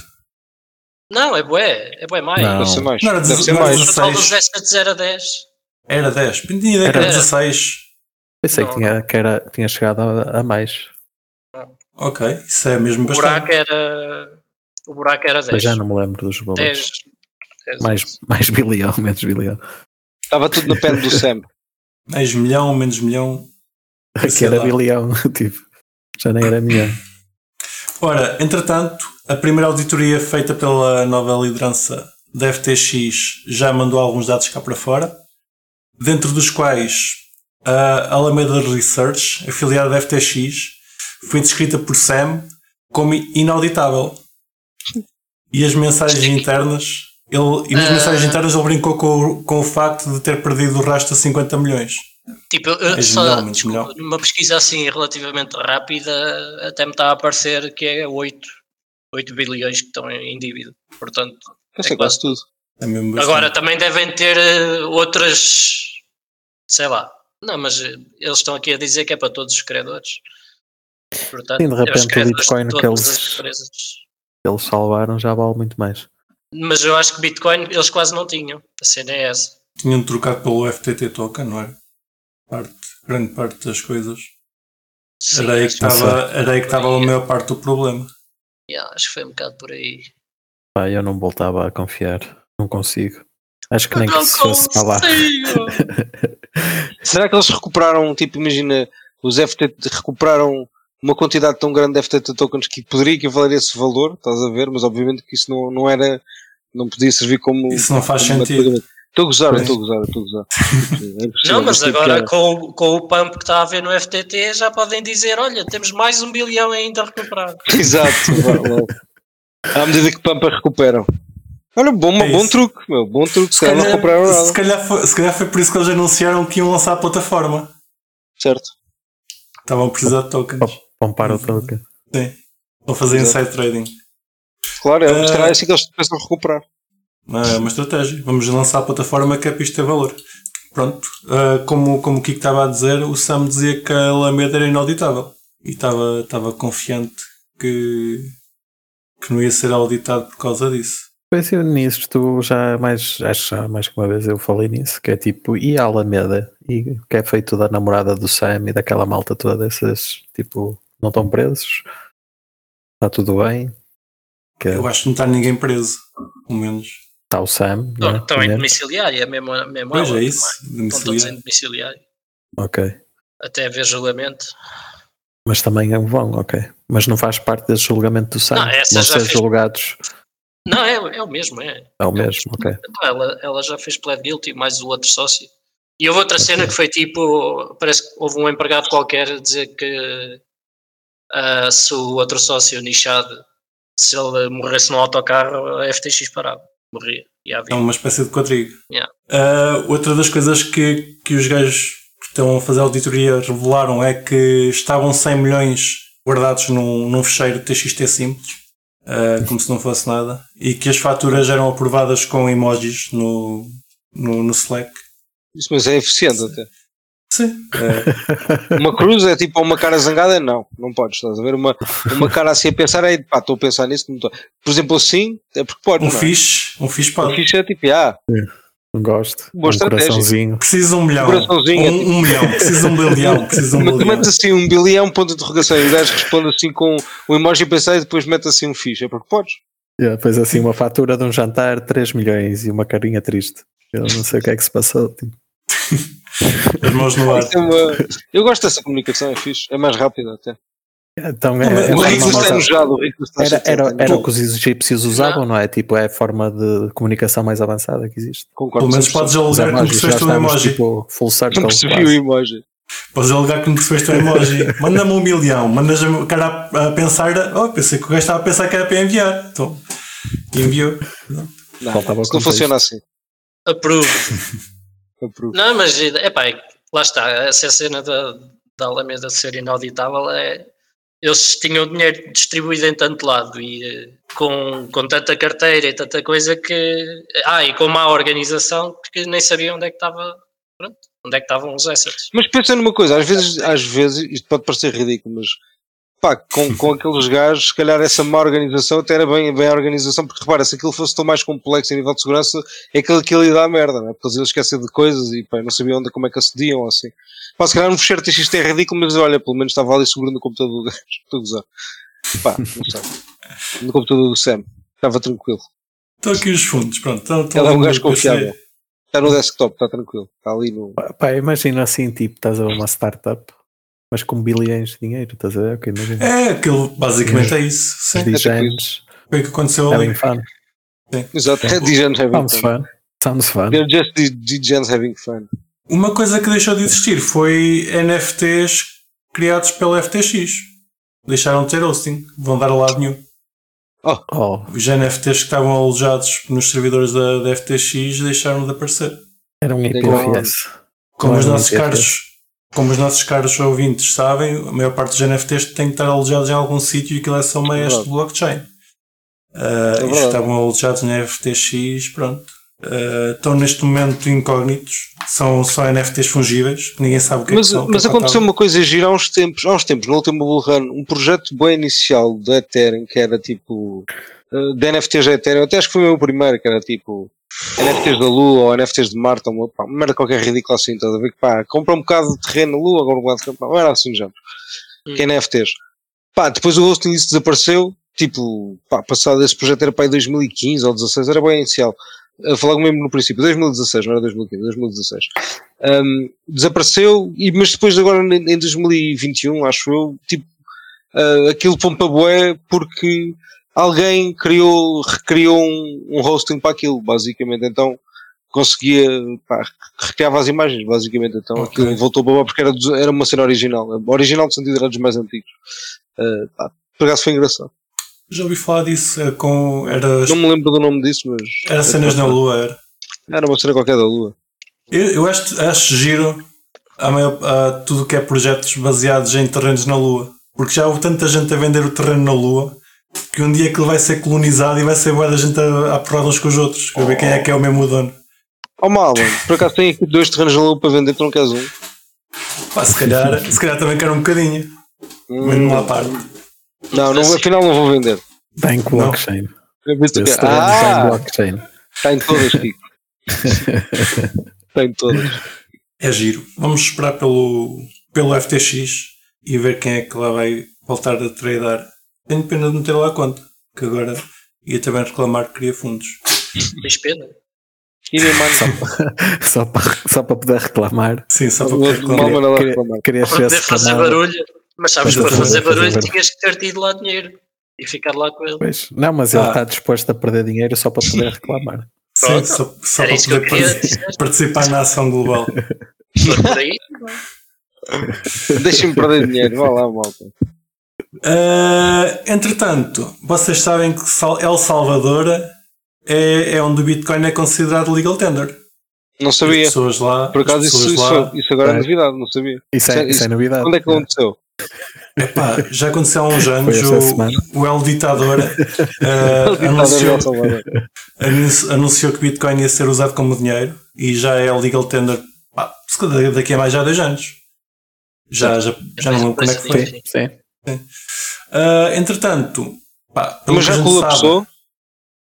S4: Não, é bué. É bué mais.
S3: Não.
S2: Deve ser mais.
S1: Não era
S2: Deve ser
S1: dezoito,
S2: mais.
S1: não
S4: O total dos
S1: 16.
S4: assets era 10.
S1: Era 10. Tinha ideia que era
S3: Era.
S1: 16.
S3: Pensei que
S4: Não.
S3: tinha, que era- que tinha chegado a, a mais,
S1: Ok, isso é mesmo
S4: O
S1: bastante.
S4: buraco era. O buraco era 10.
S3: mas já não me lembro dos valores.
S4: 10. 10.
S3: Mais, mais bilhão, menos bilhão.
S2: Estava tudo na pele do
S1: É
S2: Sam.
S1: Mais milhão, menos milhão.
S3: Aqui
S1: Sei
S3: era
S1: lá.
S3: bilhão, tipo, já nem era milhão.
S1: Ora, entretanto, A primeira auditoria feita pela nova liderança da FTX já mandou alguns dados cá para fora, dentro dos quais a Alameda Research, afiliada da FTX, foi descrita por Sam como inauditável. E as mensagens internas, ele, e nas
S4: Ah.
S1: mensagens internas ele brincou com, o- com o facto de ter perdido o rastro de 50 milhões.
S4: Tipo, eu
S1: Mas
S4: só,
S1: melhor, mas
S4: desculpa,
S1: melhor.
S4: numa pesquisa assim relativamente rápida, até me está a aparecer que é 8, 8 bilhões que estão em dívida. Portanto,
S2: Isso é
S4: É
S2: quase tudo.
S1: É mesmo bastante.
S4: agora também devem ter eh, outras, sei lá. Não, mas eh, eles estão aqui a dizer que é para todos os credores. Portanto,
S3: Sim, de
S4: é os
S3: repente o
S4: credores de
S3: Bitcoin que
S4: todas
S3: eles-
S4: as empresas.
S3: Eles salvaram, já vale muito mais.
S4: Mas eu acho que Bitcoin eles quase não tinham. A cena é essa.
S1: tinham trocado pelo FTT token, não era? Parte- grande parte das coisas.
S4: Sim,
S1: Era aí que
S4: acho, que-
S1: estava era aí que estava a maior parte do problema.
S4: yeah, acho que foi um bocado por aí.
S3: Pá, eu não voltava a confiar. Não consigo. Acho que nem
S4: não
S3: que se fosse para lá.
S4: consigo!
S2: Será que eles recuperaram, tipo, imagina, os FTT recuperaram uma quantidade tão grande de FTT tokens que poderia equivaler a esse valor, estás a ver? Mas obviamente que isso não, não era, não podia servir como.
S1: Isso não faz
S2: como
S1: sentido.
S2: pagamento. Estou a gozar,
S1: Pois.
S2: estou a gozar, estou a gozar. É impossível,
S4: Não, mas
S2: tipo,
S4: agora
S2: cara,
S4: com, o- com o pump que está a haver no FTT já podem dizer, olha, temos mais um bilhão ainda a recuperar.
S2: Exato, vá, vá. à medida que Pampa recuperam. Olha, bom,
S1: É
S2: bom
S1: isso.
S2: truque, meu, bom truque. Se calhar não recuperaram
S1: se,
S2: nada,
S1: calhar foi, se calhar foi por isso que eles anunciaram que iam lançar a plataforma.
S2: certo?
S1: Estavam a precisar de tokens.
S3: Pompar o token.
S1: Sim. Vão fazer
S2: Oh. Exato.
S1: inside trading.
S2: Claro, é, se
S1: Ah.
S2: calhar é assim que eles pensam recuperar.
S1: Não, É uma estratégia. Vamos lançar a plataforma que é para isto ter valor. Pronto. Ah, como, como o Kiko estava a dizer, o Sam dizia que a Alameda era inauditável. E estava, estava confiante que, que não ia ser auditado por causa disso.
S3: Pois eu nisso, tu já mais, acho que já mais que uma vez eu falei nisso, que é tipo, e a Alameda? E o que é feito da namorada do Sam e daquela malta toda dessas, tipo, não estão presos? Está tudo bem? Que
S1: Eu acho que não está ninguém preso. Pelo menos.
S3: está o Sam. não é?
S4: Estão em
S3: Primeiro.
S4: domiciliária, mesmo, mesmo
S1: Pois
S4: ela
S1: é isso.
S4: também. Estão todos
S1: Domiciliar.
S4: em domiciliário,
S3: Ok.
S4: até haver julgamento.
S3: Mas também é um vão, ok. Mas não faz parte desse julgamento do Sam.
S4: Não, essa
S3: Vão
S4: já
S3: ser
S4: fez-
S3: julgados
S4: Não, é, é o mesmo, é.
S3: ao mesmo, ok.
S4: Então, Ela, ela já fez plead guilty, mais o outro sócio. E houve outra cena que foi tipo: parece que houve um empregado qualquer a dizer que ah, se o outro sócio nichado, se ele morresse num autocarro, a FTX parava, morria. E
S1: É
S4: havia.
S1: uma espécie de quadrigo.
S4: Yeah.
S1: Ah, outra das coisas que, que os gajos que estão a fazer a auditoria revelaram é que estavam 100 milhões guardados num, num fecheiro TXT simples, ah, como se não fosse nada, e que as faturas eram aprovadas com emojis no, no, no Slack.
S2: Isso, mas é eficiente até.
S1: Sim. Ah,
S2: Uma cruz é tipo uma cara zangada, não, não podes, estás a ver? Uma, uma cara assim a pensar, aí pá, estou a pensar nisso, não estou. Por exemplo, assim, é porque pode.
S1: um
S2: não é?
S1: fixe, um fixe
S2: Um
S1: pode.
S2: fixe é tipo, ah,
S3: Não gosto.
S2: Boa
S3: um
S2: estratégia.
S3: coraçãozinho.
S1: Precisa de um milhão.
S2: coraçãozinho, é
S1: Um, um milhão. Precisa de um bilhão. Precisa de um
S2: mete-
S1: bilhão.
S2: mete assim um bilhão, ponto de interrogação, e o gajo responde assim com um emoji a pensar e depois mete assim um fixe, é porque podes.
S3: Yeah, Depois assim, uma fatura de um jantar, 3 milhões e uma carinha triste. Eu não sei o que é que se passou. tipo.
S1: As mãos no ar.
S2: Isso é uma- Eu gosto dessa comunicação, é fixe, é mais rápida até.
S3: Então, é,
S1: Não, mas
S3: é
S2: O
S1: uma
S2: Rico
S3: forma
S2: está
S3: mais-
S2: enojado, o Rico está
S3: era, era,
S2: chateado.
S3: era o que os egípcios usavam, não é? Tipo, é a forma de comunicação mais avançada que existe.
S2: Concordo,
S1: Pelo menos
S2: 100%.
S1: podes
S3: Os
S1: alugar que não
S3: emojis já
S1: percebeste um
S3: estamos
S1: emoji.
S3: tipo full circle.
S2: Não percebi o
S3: quase.
S2: emoji.
S1: Podes alugar que me percebeste o emoji. Manda-me um milhão. Mandas o cara a, a pensar. Oh, pensei que o gajo estava a pensar que era para enviar. Então, e enviou.
S2: Não,
S3: Faltava o
S2: isso não
S3: contexto.
S2: funciona assim.
S4: Aprovo.
S2: Eu provo.
S4: Não, mas epá, lá está, essa cena da, da Alameda de ser inauditável é. Eles tinham o dinheiro distribuído em tanto lado e eh, com, com tanta carteira e tanta coisa que. Ah, e com má organização que nem sabiam onde é que estava. Pronto, onde é que estavam os assets.
S2: Mas pensa numa coisa, às vezes, às vezes isto pode parecer ridículo, mas pá, com, com aqueles gajos, se calhar essa má organização até era bem, bem a organização, porque repara, se aquilo fosse tão mais complexo em nível de segurança, é aquilo que lhe dá merda, não é? porque eles iam esquecer de coisas e pá, não sabiam onde, como é que acediam ou assim. Pá, se calhar um fecheiro TXT é ridículo, mas olha, pelo menos estava ali seguro no computador do gajo, estou a gozar. Pá, não sei. No computador do Sam, estava tranquilo.
S1: Estão aqui os fundos. Pronto. Estão, estão
S2: Ele é um
S1: no
S2: gajo
S1: PC.
S2: confiável. Está no desktop, está tranquilo, está ali no.
S3: Pá, imagina assim, tipo, estás a ver uma startup, mas com bilhões de dinheiro, estás a ver? Ok, imagina.
S1: É, aquilo basicamente é isso.
S3: Os
S1: Sim.
S2: Diz-
S3: designs,
S1: Foi o que aconteceu ali.
S3: Having fun.
S2: Exato.
S1: Sim.
S2: Degens having
S3: Sounds
S2: fun.
S3: fun. Sounds fun.
S2: They're just the degens having fun.
S1: Uma coisa que deixou de existir foi NFTs criados pela FTX. Deixaram de ter hosting, vão dar a lado nenhum.
S3: Oh,
S1: Os NFTs que estavam alojados nos servidores da, da FTX deixaram de aparecer.
S3: era um IPFS.
S1: Como
S3: Claro,
S1: os nossos
S3: não é sei
S1: caros, como os nossos caros ouvintes sabem, a maior parte dos NFTs tem que estar alojados em algum sítio e aquilo é só uma hash
S2: verdade.
S1: de blockchain. Ah,
S2: É
S1: e
S2: verdade.
S1: estavam alojados na FTX, pronto. Ah, estão neste momento incógnitos, são só NFTs fungíveis, que ninguém sabe o que é
S2: Mas,
S1: que são. o que
S2: mas
S1: é que
S2: aconteceu
S1: faltava.
S2: uma coisa gira há uns tempos, há uns tempos, no último Bull Run, um projeto bem inicial da Ethereum, que era tipo, eh, de NFTs da Ethereum, até acho que foi o meu primeiro, que era tipo, NFTs da Lua ou NFTs de Marte, ou uma, pá, uma merda qualquer ridícula assim, estás a ver que pá, compra um bocado de terreno na Lua, agora um bocado de campo, não era assim já, que é NFTs. Pá, depois o hosting disso desapareceu, tipo, pá, passado esse projeto era para aí 2015 ou 16, era bem inicial. A falar mesmo no princípio, 2016, não era 2015, 2016. Um, desapareceu, e, mas depois agora em, em 2021, acho eu, tipo, ah, aquilo pompa bué porque alguém criou, recriou um, um hosting para aquilo, basicamente, então conseguia, pá, recriava as imagens, basicamente, então
S1: Ok.
S2: aquilo voltou para bué porque era, dos- era uma cena original, original no sentido era dos mais antigos. Ah, pá, por acaso foi engraçado.
S1: Já ouvi falar disso, é, com, era,
S2: Não me lembro do nome disso, mas.
S1: era cenas na lua, era.
S2: Era uma cena qualquer da Lua.
S1: Eu, eu acho, acho giro a maior- a tudo o que é projetos baseados em terrenos na Lua. Porque já houve tanta gente a vender o terreno na Lua que um dia aquilo vai ser colonizado e vai ser boa da gente a, a porrada uns com os outros. Para ver quem é que é o mesmo dono.
S2: Oh mal, por acaso tem aqui dois terrenos na Lua para vender, tu não queres um?
S1: Pá, se calhar, se calhar também quero um bocadinho. Mesmo lá à parte.
S2: Não, não, afinal não vou vender.
S3: Bank blockchain.
S2: Eu vi que-
S3: Esse terreno tem
S2: Ah,
S3: blockchain.
S2: tem todas, Kiko. tem todas.
S1: É giro. Vamos esperar pelo, pelo FTX e ver quem é que lá vai voltar a tradar. Tenho pena de não ter lá a conta. Que agora ia também reclamar que queria fundos.
S4: Tens pena?
S2: E nem mais.
S3: Só para, só para poder reclamar.
S1: Sim, só para
S2: O
S1: poder reclamar.
S2: mal mandava reclamar.
S3: Queria
S4: Para poder
S3: ser
S4: fazer barulho. Mas sabes,
S3: Mas
S4: para
S3: eu
S4: fazer
S3: vou fazer
S4: barulho
S3: barulho.
S4: tinhas que ter tido lá dinheiro e ficar lá com ele.
S3: Pois. Não, mas ele
S1: Ah.
S3: está disposto a perder dinheiro só para poder reclamar.
S1: Sim,
S4: Pronto.
S1: só, só
S4: Era
S1: para
S4: isso que eu
S1: poder
S4: queria
S1: par-
S4: dizer.
S1: participar na ação global.
S4: se for por aí.
S2: Deixa-me perder dinheiro, vá lá, malta.
S1: Ah, entretanto, vocês sabem que Sal- El Salvador é, é onde o Bitcoin é considerado legal tender.
S2: Não
S1: As
S2: sabia.
S1: pessoas lá.
S2: Por acaso
S1: as
S2: isso,
S1: pessoas lá
S2: isso, isso agora é
S3: Bem.
S2: novidade, não sabia.
S3: Isso é,
S2: Isso-
S3: isso é novidade.
S2: Quando é que aconteceu?
S1: Epá, já aconteceu há uns anos.
S3: esta semana.
S1: O, o El Ditador ah,
S2: Ele ditado
S1: anunciou,
S2: em Salvador.
S1: anunci- anunciou que o Bitcoin ia ser usado como dinheiro e já é legal tender pá, se calhar daqui a mais já dois anos. Já, já, já não lembro quando é que
S4: assim,
S1: foi.
S3: Sim, sim.
S1: Ah, entretanto, pá, pelo
S2: Mas
S1: que a
S2: já
S1: gente sabe,
S2: colapsou?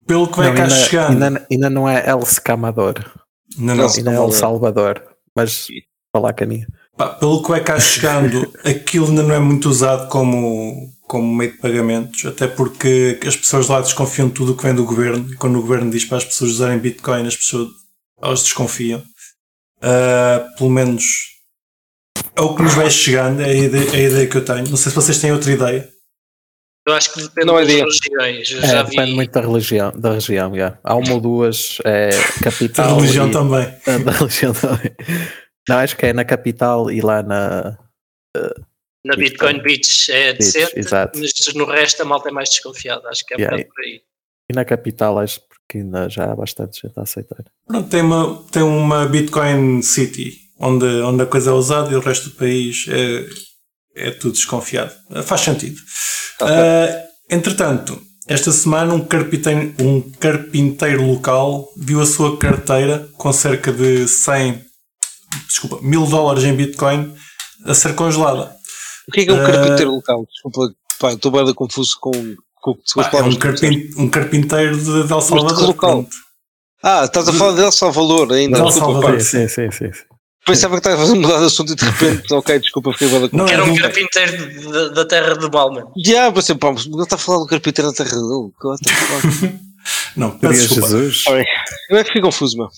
S1: pelo é que
S3: Não, é-
S1: vai cá
S3: ainda,
S1: chegando.
S3: ainda, ainda não é El Escamador.
S1: Não, não.
S2: Não.
S3: Ainda é El Salvador. Mas falar caninha.
S1: Pá, pelo que vai cá chegando, aquilo ainda não é muito usado como, como meio de pagamentos, até porque as pessoas lá desconfiam de tudo o que vem do governo. E quando o governo diz para as pessoas usarem Bitcoin, as pessoas elas desconfiam. Ah, pelo menos é o que nos vai chegando, é a ideia, é a ideia que eu tenho. Não sei se vocês têm outra ideia.
S4: Eu acho que depende
S2: Não é
S4: das
S2: dia.
S4: regiões. Eu já
S3: É,
S4: vi.
S3: depende muito da religião. Da região já. Há uma ou duas é,
S1: Da
S3: capital.
S1: religião
S3: e-
S1: também.
S3: Ah, da religião também. Não, acho que é na capital e lá na.
S4: Na Bitcoin Beach é
S3: Beach,
S4: decente,
S3: exato.
S4: mas no resto a malta é mais desconfiada. Acho que é um
S3: Yeah.
S4: bocado por aí.
S3: E na capital, acho porque ainda já há bastante gente a aceitar.
S1: Pronto, tem uma, tem uma Bitcoin City onde, onde a coisa é usada e o resto do país é, é tudo desconfiado. Eh, Faz sentido. Ah, entretanto, esta semana um carpinteiro, um carpinteiro local viu a sua carteira com cerca de 100, desculpa, mil dólares em Bitcoin a ser congelada.
S2: O que é que é um
S1: Eh,
S2: carpinteiro local? Desculpa, pá, eu estou bem confuso com com o que tu
S1: Pá, é um, carpin- um carpinteiro de, de El Salvador.
S2: local?
S1: pronto.
S2: Ah, estás a falar de El Salvador ainda.
S1: De El
S2: desculpa,
S1: Salvador.
S2: pá.
S3: Sim, sim, sim. sim.
S2: Pensava que estavas a fazer mudar de assunto e de repente, ok, desculpa, fiquei bem
S1: Não,
S2: confuso.
S4: Que era
S1: é
S4: um
S1: de um-
S4: carpinteiro de- da- da terra de Malman.
S2: Já, pensei, pá, mas não está a falar do carpinteiro da Terra dele. what the fuck?
S1: Não, peço
S3: Maria
S1: desculpa.
S3: Jesus.
S2: Eu é que fiquei confuso, meu.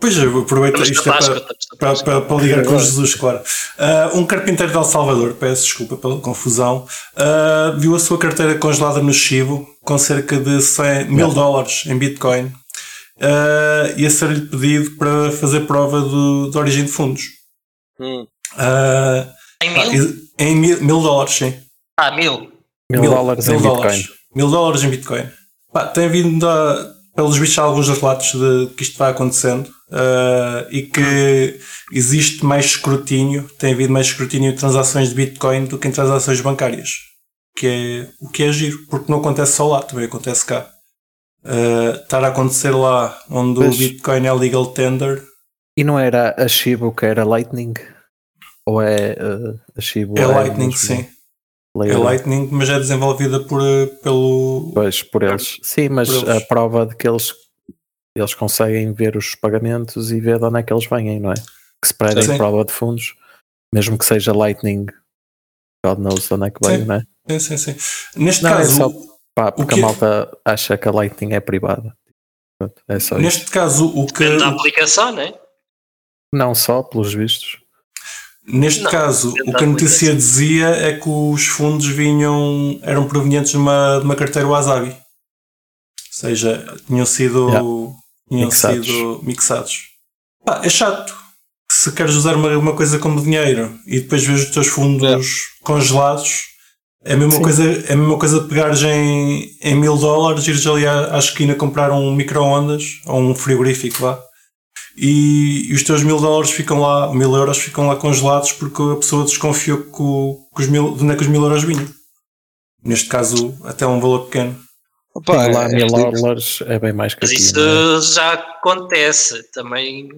S1: Pois eu aproveito
S4: Estamos na
S1: isto é
S4: Páscoa.
S1: para,
S4: estamos na
S1: para,
S4: Páscoa.
S1: para, para ligar com Jesus, claro. Ah, um carpinteiro de El Salvador, peço desculpa pela confusão, ah, viu a sua carteira congelada no Chivo com cerca de 100 mil dólares em Bitcoin uh, e a ser-lhe pedido para fazer prova do, de origem de fundos.
S2: Hum.
S1: Uh,
S4: Em
S1: pá,
S4: mil?
S1: e- em mil, mil dólares, sim.
S4: Ah, mil.
S3: Mil, dólares em Bitcoin.
S1: Mil dólares em Bitcoin. Pá, tem vindo a, pelos bichos alguns relatos de que isto vai acontecendo ah, e que existe mais escrutínio, tem havido mais escrutínio em transações de Bitcoin do que em transações bancárias. Que é, o que é giro, porque não acontece só lá, também acontece cá. Ah, estar a acontecer lá onde
S3: Pois.
S1: o Bitcoin é legal tender
S3: E não era a Shibu que era Lightning? Ou é eh, a Shibu?
S1: é Lightning,
S3: mesmo
S1: sim. É
S3: layer?
S1: Lightning, mas é desenvolvida por, pelo.
S3: Pois, por eles. Sim, mas
S1: Por
S3: a
S1: eles.
S3: prova de que eles, eles conseguem ver os pagamentos e ver de onde é que eles vêm, não é? Que se predem
S1: Sim.
S3: prova de fundos, mesmo que seja Lightning, God knows de onde é que veio,
S1: Sim.
S3: não é?
S1: Sim, sim, sim. Neste
S3: Não, é
S1: caso,
S3: só- Pá, porque a
S1: que-
S3: malta acha que a Lightning é privada. Pronto, É só isso.
S1: neste caso o que.
S4: Depende da
S1: o-
S4: aplicação, né?
S3: Não só, pelos vistos.
S1: Neste
S4: Não,
S1: caso,
S4: tentar
S1: o que a notícia dizia é que os fundos vinham, eram provenientes de uma, de uma carteira Wasabi. Ou seja, tinham sido,
S3: Yeah.
S1: tinham
S3: Mixados.
S1: sido mixados. Pá, é chato. Se queres usar uma, uma coisa como dinheiro e depois vês os teus fundos
S2: Yeah.
S1: congelados, é a mesma
S3: Sim.
S1: coisa é a mesma coisa de pegares em, em mil dólares, ires ali à, à esquina comprar um micro-ondas ou um frigorífico, vá e, e os teus mil dólares ficam lá, ou mil euros ficam lá congelados porque a pessoa desconfiou que, o- que os mil, de onde é que os mil euros vinham. Neste caso, até um valor pequeno.
S2: Opa,
S3: Digo Tipo, lá,
S2: é-
S3: mil
S2: é-
S3: dólares é bem mais que
S4: Mas
S3: aqui,
S4: isso
S3: não é?
S4: já acontece também.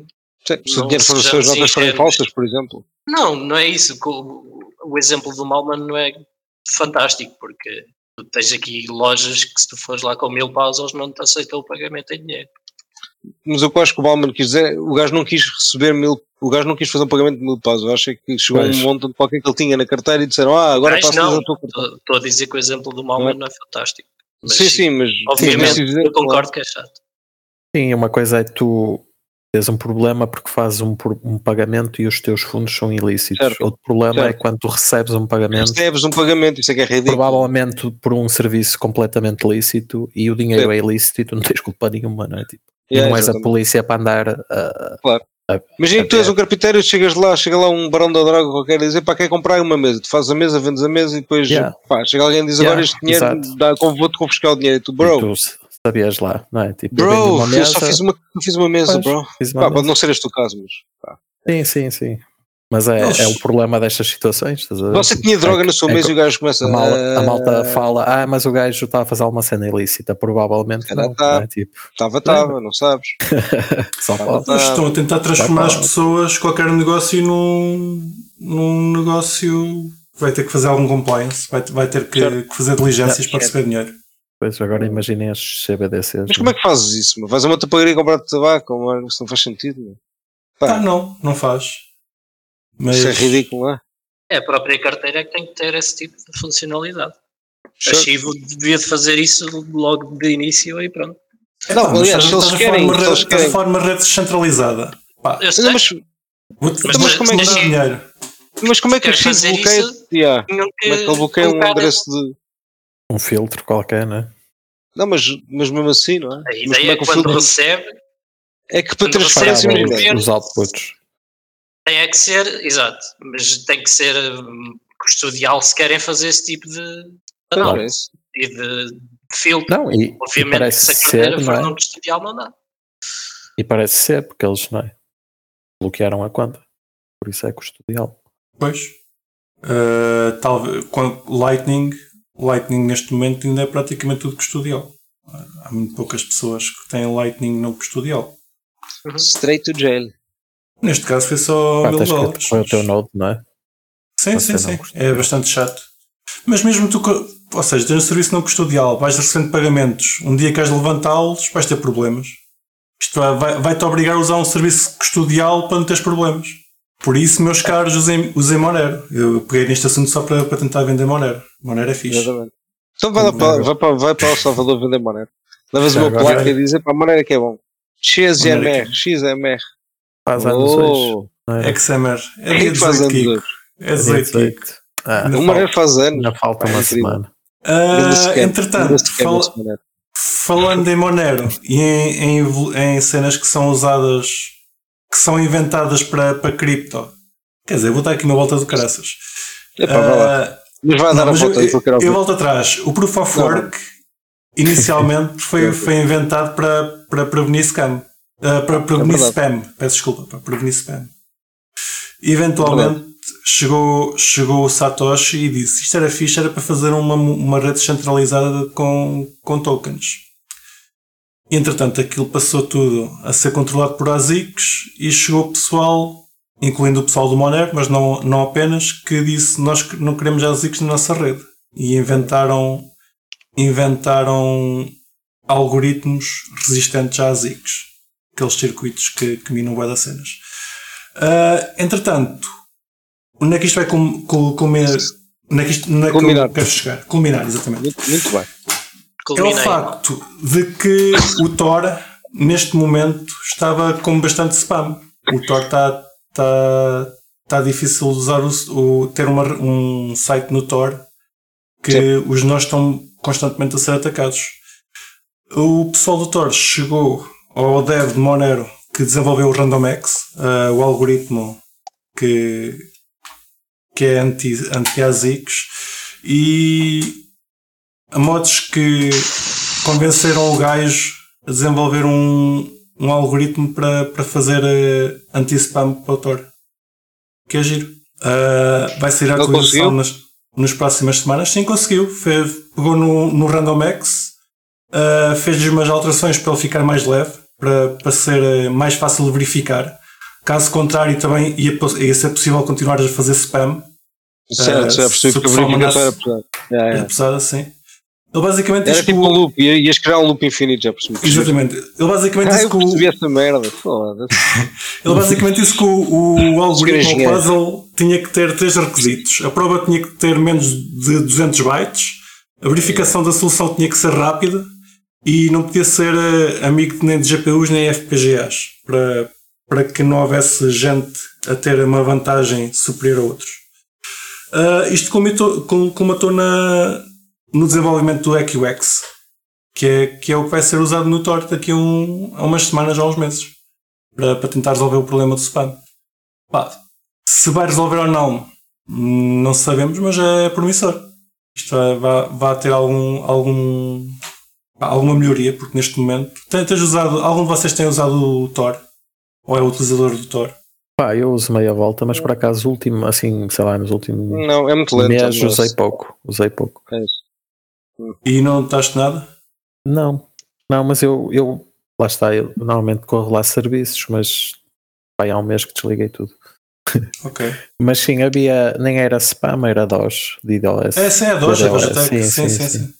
S2: Sim, se o
S4: Não
S2: dinheiro for as suas
S4: sejamos
S2: notas forem
S4: ingênuos.
S2: falsas, por exemplo.
S4: Não, não é isso. O, o exemplo do Malman não é fantástico, porque tu tens aqui lojas que se tu fores lá com mil paus, eles não te aceitam o pagamento em dinheiro.
S2: Mas o que eu acho que o Bauman quis dizer, o gajo não quis receber mil, o gajo não quis fazer um pagamento de mil paus. Eu acho é que chegou
S3: Pois.
S2: um monte qualquer que ele tinha na carteira e disseram, ah, agora
S4: Mas
S2: passas
S4: não.
S2: a tua carteira.
S4: Estou a dizer que o exemplo do Malman não é fantástico. Mas
S2: Sim, sim, mas.
S4: Obviamente,
S2: mas-
S4: eu concordo que é chato.
S3: Sim, uma coisa é tu tens um problema porque fazes um, pro- um pagamento e os teus fundos são ilícitos.
S2: Certo.
S3: Outro problema é
S2: Certo.
S3: quando tu recebes um pagamento,
S2: Recebes um pagamento, isso é que é ridículo.
S3: provavelmente por um serviço completamente lícito e o dinheiro
S2: Certo.
S3: é ilícito e tu não tens culpa nenhuma, não é? Tipo, e
S2: Yeah,
S3: não és a
S2: exatamente.
S3: polícia para andar ah, a.
S2: Imagina que tu és um carpinteiro e chegas lá, chega lá um barão da droga qualquer e diz, pá, quer comprar uma mesa? Tu fazes a mesa, vendes a mesa e depois,
S3: Yeah.
S2: pá, chega alguém e diz, agora
S3: Yeah,
S2: este dinheiro,
S3: exato.
S2: dá- vou-te confiscar o dinheiro. E tu, bro,
S3: tu s- sabias lá, não é? Tipo, eu vendo
S2: bro,
S3: uma
S2: eu só
S3: mesa,
S2: fiz um uma, eu fiz uma mesa,
S3: Pois,
S2: bro.
S3: fiz uma
S2: Pá, pode
S3: mesa.
S2: não ser este o caso, mas... pá.
S3: Sim, sim, sim. Mas é,
S1: Eles-
S3: é o problema destas situações. Estás a ver?
S2: Você tinha droga
S3: É
S2: na
S3: que-
S2: sua
S3: é
S2: mesa e
S3: que
S2: o gajo começa
S3: A malta, a
S2: "Ah,
S3: malta fala, ah, mas o gajo está a fazer alguma cena ilícita, provavelmente
S2: Cara,
S3: não,
S2: tá.
S3: não é? Tipo,
S2: Tava, tava, não sabes.
S3: só
S2: Cara,
S3: pode.
S2: tá.
S1: Eles estão a tentar transformar
S3: Vai
S1: as
S3: para lá.
S1: pessoas, qualquer negócio, num, num negócio que vai ter que fazer algum compliance, vai, vai ter que,
S2: Certo. é.
S1: que fazer diligências
S3: Certo.
S1: para receber dinheiro.
S3: Pois, agora imaginem as CBDCs.
S2: Mas como é que fazes isso, meu? Vais a uma tapagaria comprar tabaco, mano? Isso não faz sentido, meu. Pá.
S1: Ah, não, não faz. Mas
S2: Isso é ridículo, não é?
S4: É a própria carteira é que tem que ter esse tipo de funcionalidade. A
S2: Certo.
S4: Chivo devia de fazer isso logo de início e pronto.
S1: É
S2: Não,
S1: pá, mas
S2: aliás, se
S1: estás-
S2: eles
S1: estás a
S2: querem,
S1: falar de uma
S2: se
S1: rede-
S2: eles
S1: estás a
S2: querem.
S1: falar de uma rede descentralizada. Então, Pá,
S4: Eu sei,
S2: Não, Mas, é
S1: vou-te
S4: Mas-
S1: vou-te
S4: mas como é que-
S1: mandar dinheiro.
S2: mas como é que o
S4: Queres
S2: Chico
S4: fazer
S2: bloqueia?
S4: isso?
S2: Yeah.
S4: tinham que
S2: Como é que ele bloqueia um
S4: colocar-
S2: endereço de.
S3: Um filtro qualquer, né?
S2: Não, mas, mas mesmo assim, não é?
S4: A
S2: Mas como
S4: ideia
S2: é que
S4: é que
S2: o
S4: quando
S2: filtro.
S4: recebe
S2: É que para
S4: quando
S2: transferência,
S4: recebe,
S2: imagina.
S4: governo.
S3: os, os outputs.
S4: tem é que ser, exato, mas tem que ser hum, custodial se querem fazer esse tipo de
S2: Não,
S4: análise
S2: é isso.
S4: e de, de filtro.
S3: Não, e, e
S4: Obviamente que se
S3: parece
S4: a carteira
S3: ser, não
S4: for
S3: é?
S4: não custodial não dá.
S3: E parece ser, porque eles, não é? Bloquearam a conta. Por isso é custodial.
S1: Pois. Uh, talvez, com Lightning, Lightning neste momento ainda é praticamente tudo custodial. Há muito poucas pessoas que têm Lightning não custodial.
S4: Uhum.
S2: Straight to jail.
S1: Neste caso foi só
S3: Pá,
S1: mil
S3: Ah, tens
S1: dólares.
S3: que tá foi o teu node, não é?
S1: Sim,
S3: Você
S1: sim,
S3: não
S1: sim.
S3: custodia.
S1: É bastante chato. Mas mesmo tu, co- ou seja, tens um serviço não custodial, vais recebendo pagamentos, um dia queres levantá-los, vais ter problemas. Isto vai- vai- vai-te obrigar a usar um serviço custodial para não teres problemas. Por isso, meus caros, usem, usem Monero. Eu peguei neste assunto só para, para tentar vender Monero. Monero é fixe.
S2: Exatamente. Então
S1: Uhum.
S2: vai lá para, vai para, vai para El Salvador vender Monero. Levas
S3: Já
S2: uma
S3: agora-
S2: placa e dizes, pá, Monero é que é bom.
S1: Monero é
S2: XMR, XMR.
S3: Faz anos hoje.
S2: Oh,
S3: não é?
S1: XMR. É
S2: quem
S1: dia
S2: é que faz
S1: 18
S2: anos
S1: Kiko.
S2: hoje?
S1: É 18 Kiko.
S3: Ah,
S2: O Monero faz anos.
S3: ainda falta
S2: Pá, é
S3: uma
S2: incrível.
S3: semana.
S2: é-
S1: Ah, entretanto, fal- falando em Monero e em, em evolu- em cenas que são usadas, que são inventadas para, para cripto, quer dizer, vou estar aqui uma volta do caraças.
S2: Epá, vá É lá.
S1: Ah,
S2: Mas vai
S1: Não,
S2: dar a
S1: mas
S2: volta.
S1: eu,
S2: eu quero
S1: eu
S2: ouvir.
S1: volto atrás. O Proof of
S2: Não,
S1: Work inicialmente foi, foi inventado para, para prevenir scam. Ah, para prevenir
S2: É verdade.
S1: spam. Peço desculpa, para prevenir spam. Eventualmente chegou, chegou o Satoshi e disse isto era fixe, era para fazer uma, uma rede centralizada com, com tokens. Entretanto, aquilo passou tudo a ser controlado por ASICs e chegou o pessoal incluindo o pessoal do Monero, mas não, não apenas, que disse nós que- não queremos ASICs na nossa rede. E inventaram, inventaram algoritmos resistentes a ASICs. Aqueles circuitos que, que minam bué das cenas. Ah, entretanto, onde é que isto vai cul- cul- culminar? Onde é que isto, onde é que
S2: Culminar.
S1: eu quero chegar? Culminar, exatamente.
S2: Muito, muito bem.
S1: É o
S4: Culminei.
S1: facto de que o Thor, neste momento, estava com bastante spam. O Thor está tá, tá difícil de usar, o, o- ter uma, um site no Thor que os nós estão constantemente a ser atacados. O pessoal do Thor chegou ao dev de Monero que desenvolveu o RandomX, ah, o algoritmo que, que é anti- anti-ASICs, e a modos que convenceram o gajo a desenvolver um, um algoritmo para, para fazer eh, anti-spam para o Tor. Que é giro. Ah, vai sair a
S2: Ele
S1: atualização
S2: conseguiu?
S1: nas, nas próximas semanas. Sim, conseguiu. Fez- pegou no, no RandomX, ah, fez-lhe umas alterações para ele ficar mais leve, para, para ser eh, mais fácil de verificar. Caso contrário, também ia, po- ia ser possível continuar a fazer spam.
S2: Certo, já percebi
S1: se o
S2: porque a
S1: pessoal
S2: verificação era
S1: mandasse-
S2: pesada. Já,
S1: É.
S2: já.
S1: pesado assim. Ele basicamente
S2: Era
S1: diz que
S2: tipo
S1: o-
S2: um loop, ia- ias criar um loop infinito, já percebi.
S1: Exatamente. Ele basicamente
S2: Ah,
S1: disse
S2: eu
S1: que, o,
S2: percebi essa merda. Foda-se.
S1: ele basicamente disse que o, o algoritmo o
S2: engenheiro.
S1: puzzle tinha que ter três requisitos. A prova tinha que ter menos de 200 bytes, a verificação da solução tinha que ser rápida e não podia ser eh, amigo nem de GPUs nem FPGAs para, para que não houvesse gente a ter uma vantagem superior a outros. Ah, isto culmitou- cul- culmatou na, no desenvolvimento do EQX, que é, que é o que vai ser usado no Tor daqui a, um, a umas semanas ou uns meses para, para tentar resolver o problema do spam. Pá, se vai resolver ou não, hum, não sabemos, mas é promissor. Isto vai, vai- vai ter algum, algum, pá, alguma melhoria, porque neste momento. Tem, tens usado, algum de vocês tem usado o Tor? Ou é utilizador do Tor?
S3: Pá, eu uso meia volta, mas por acaso, último, assim, sei lá, nos últimos
S2: Não, é muito lento.
S3: meses
S2: nossa.
S3: usei pouco. Usei pouco.
S2: É isso.
S1: E não notaste nada?
S3: Não, não, mas eu, eu lá está, eu normalmente corro lá serviços, mas pá, há um mês que desliguei tudo.
S1: Ok.
S3: Mas sim, havia, nem era spam, era DOS de DOS.
S1: Essa é a DOS,
S3: Da
S1: a DOS
S3: DOS,
S1: Attack.
S3: sim,
S1: Sim, sim,
S3: sim, Ah.
S1: sim.
S3: sim.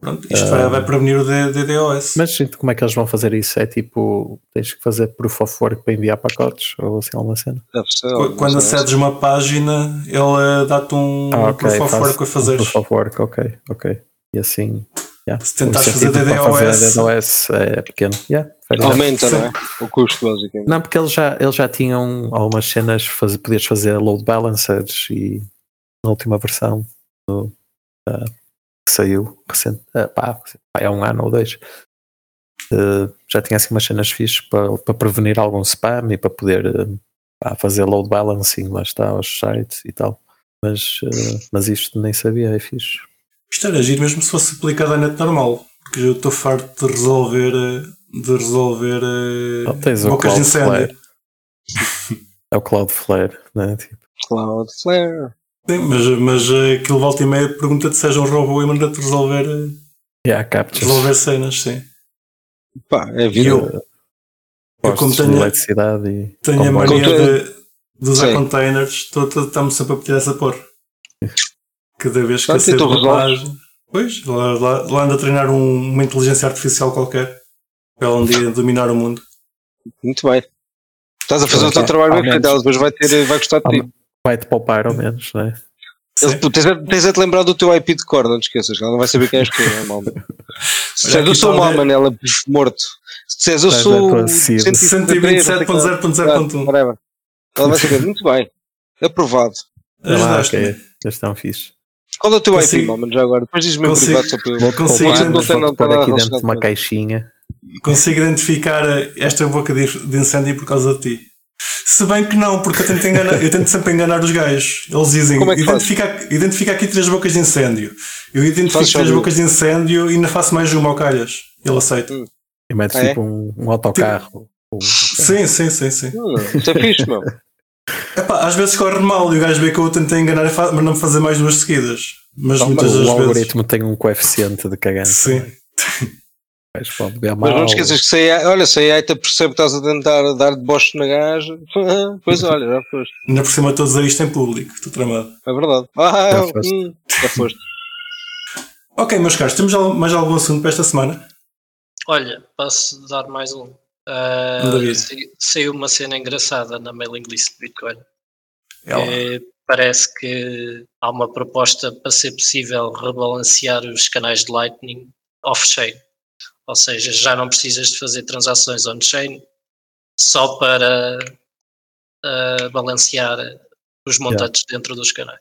S1: Pronto, isto vai, vai prevenir o D- DDoS.
S3: Mas gente, como é que eles vão fazer isso? É tipo, tens que fazer proof of work para enviar pacotes ou assim alguma cena?
S2: Deve ser,
S1: Qu-
S2: não é?
S1: Quando
S2: sei.
S1: acedes uma página, ele eh, dá-te um,
S3: Ah,
S1: um
S3: ok,
S1: proof of
S3: faz
S1: work a
S3: um
S1: fazeres.
S3: Proof of work, ok, ok. E assim. Yeah.
S1: Se tentares
S3: O incentivo
S1: fazer
S3: para
S1: DDoS.
S3: DDoS é pequeno. Yeah, fair enough.
S2: Aumenta, não é? O custo, basicamente.
S3: Não, porque eles já, eles já tinham algumas cenas, faz, podias fazer load balancers e na última versão no- da- que saiu recente, ah, pá, pá, há um ano ou dois, eh, já tinha assim umas cenas fixas para, para prevenir algum spam e para poder eh, pá, fazer load balancing, lá está, aos sites e tal. Mas, eh, mas isto nem sabia, é fixe.
S1: Isto era giro mesmo se fosse aplicado à net normal. Porque eu estou farto de resolver. eh, De resolver. eh,
S3: Ah, tens o
S1: bocas de
S3: Cloudflare.
S1: incêndio.
S3: É o Cloudflare, né? Tipo,
S2: Cloudflare.
S1: Sim, mas, mas eh, aquilo volta e meia pergunta-te se és um robô e manda-te resolver, eh,
S3: yeah, captures.
S1: resolver cenas, sim.
S2: Pá, é
S1: E
S2: vida.
S1: eu, eu como
S3: postos de
S1: tenho-
S3: eletricidade e
S1: Tenho a
S3: comboios.
S1: mania
S2: Conte-
S1: de, de usar
S2: Sim.
S1: containers, estou- estou- estamos sempre a pedir essa cor. Cada vez que
S2: Pronto,
S1: acedo
S2: então
S1: uma
S2: resolves.
S1: página. Pois, lá, lá, lá anda a treinar um- uma inteligência artificial qualquer para ela um dia dominar o mundo.
S2: Muito bem. Estás a fazer o
S3: Ok.
S2: teu trabalho bem
S3: Aumenta.
S2: feito, ela depois vai, ter, vai gostar de ti.
S3: Vai-te poupar ao menos, né?
S1: Sim.
S2: Ele- tu tens, a- tens a te lembrar do teu IP de cor, não te esqueças, que ela não vai saber quem és tu, não é, Malman? Se disseres
S1: aqui
S2: eu sou
S1: está a ver-
S2: Malman, ela puf, morto. Se disseres eu
S3: Vai
S2: sou.
S3: ver com a Cid.
S2: 153, não sei qual.
S1: 127.0.0.1.
S2: Whatever. Ela vai saber, muito bem. Aprovado.
S3: Sei lá, Ah,
S1: Ajudaste-me.
S3: ok, eles estão fixe.
S2: Qual é o teu
S1: Consigo-
S2: IP, Malman, já agora? Depois diz-me em
S1: Consigo-
S2: privado só para eu...
S1: Consigo-
S3: Vou-
S1: Não
S3: vou-
S1: tem
S2: nada
S3: vou pôr aqui dentro
S2: relacionado
S3: de uma
S2: com-
S3: caixinha.
S1: Consigo identificar eh, esta boca de, de incêndio por causa de ti. Se bem que não, porque eu tento, enganar- eu tento sempre enganar os gajos. Eles dizem:
S2: Como é que
S1: identifica, identifica aqui três bocas de incêndio. Eu identifico
S2: Fazes só
S1: três
S2: duas.
S1: bocas de incêndio e ainda faço mais uma ao calhas. Ele aceita.
S2: Hum.
S3: E metes
S2: Ah, é?
S3: tipo um, um autocarro. Ou-
S1: Sim, sim, sim, sim.
S2: Não, não, Isso é fixe, meu.
S1: Epá, às vezes corre mal e o gajo vê que eu tentei enganar e fa- mas não fazer mais duas seguidas. Mas
S3: Não,
S1: muitas das
S3: o
S1: vezes.
S3: algoritmo é tem um coeficiente de cagança. É
S1: Sim.
S3: Mas pode ver mal.
S2: Mas não te esqueças que se a AI, olha, se a AI te percebe que estás a tentar dar de bosta na gaja, pois olha, já foste.
S1: Ainda por cima todos a isto em público. Estou tramado.
S2: É verdade. Ah,
S3: Já foste.
S2: hum, já foste.
S1: Ok, meus caros, temos al- mais algum assunto para esta semana?
S4: Olha, posso dar mais um. Ah,
S1: Manda ver.
S4: sa- saiu uma cena engraçada na mailing list de Bitcoin.
S1: Ela.
S4: Eh, parece que há uma proposta para ser possível rebalancear os canais de Lightning off-chain. Ou seja, já não precisas de fazer transações on-chain só para ah, balancear os montantes dentro dos canais.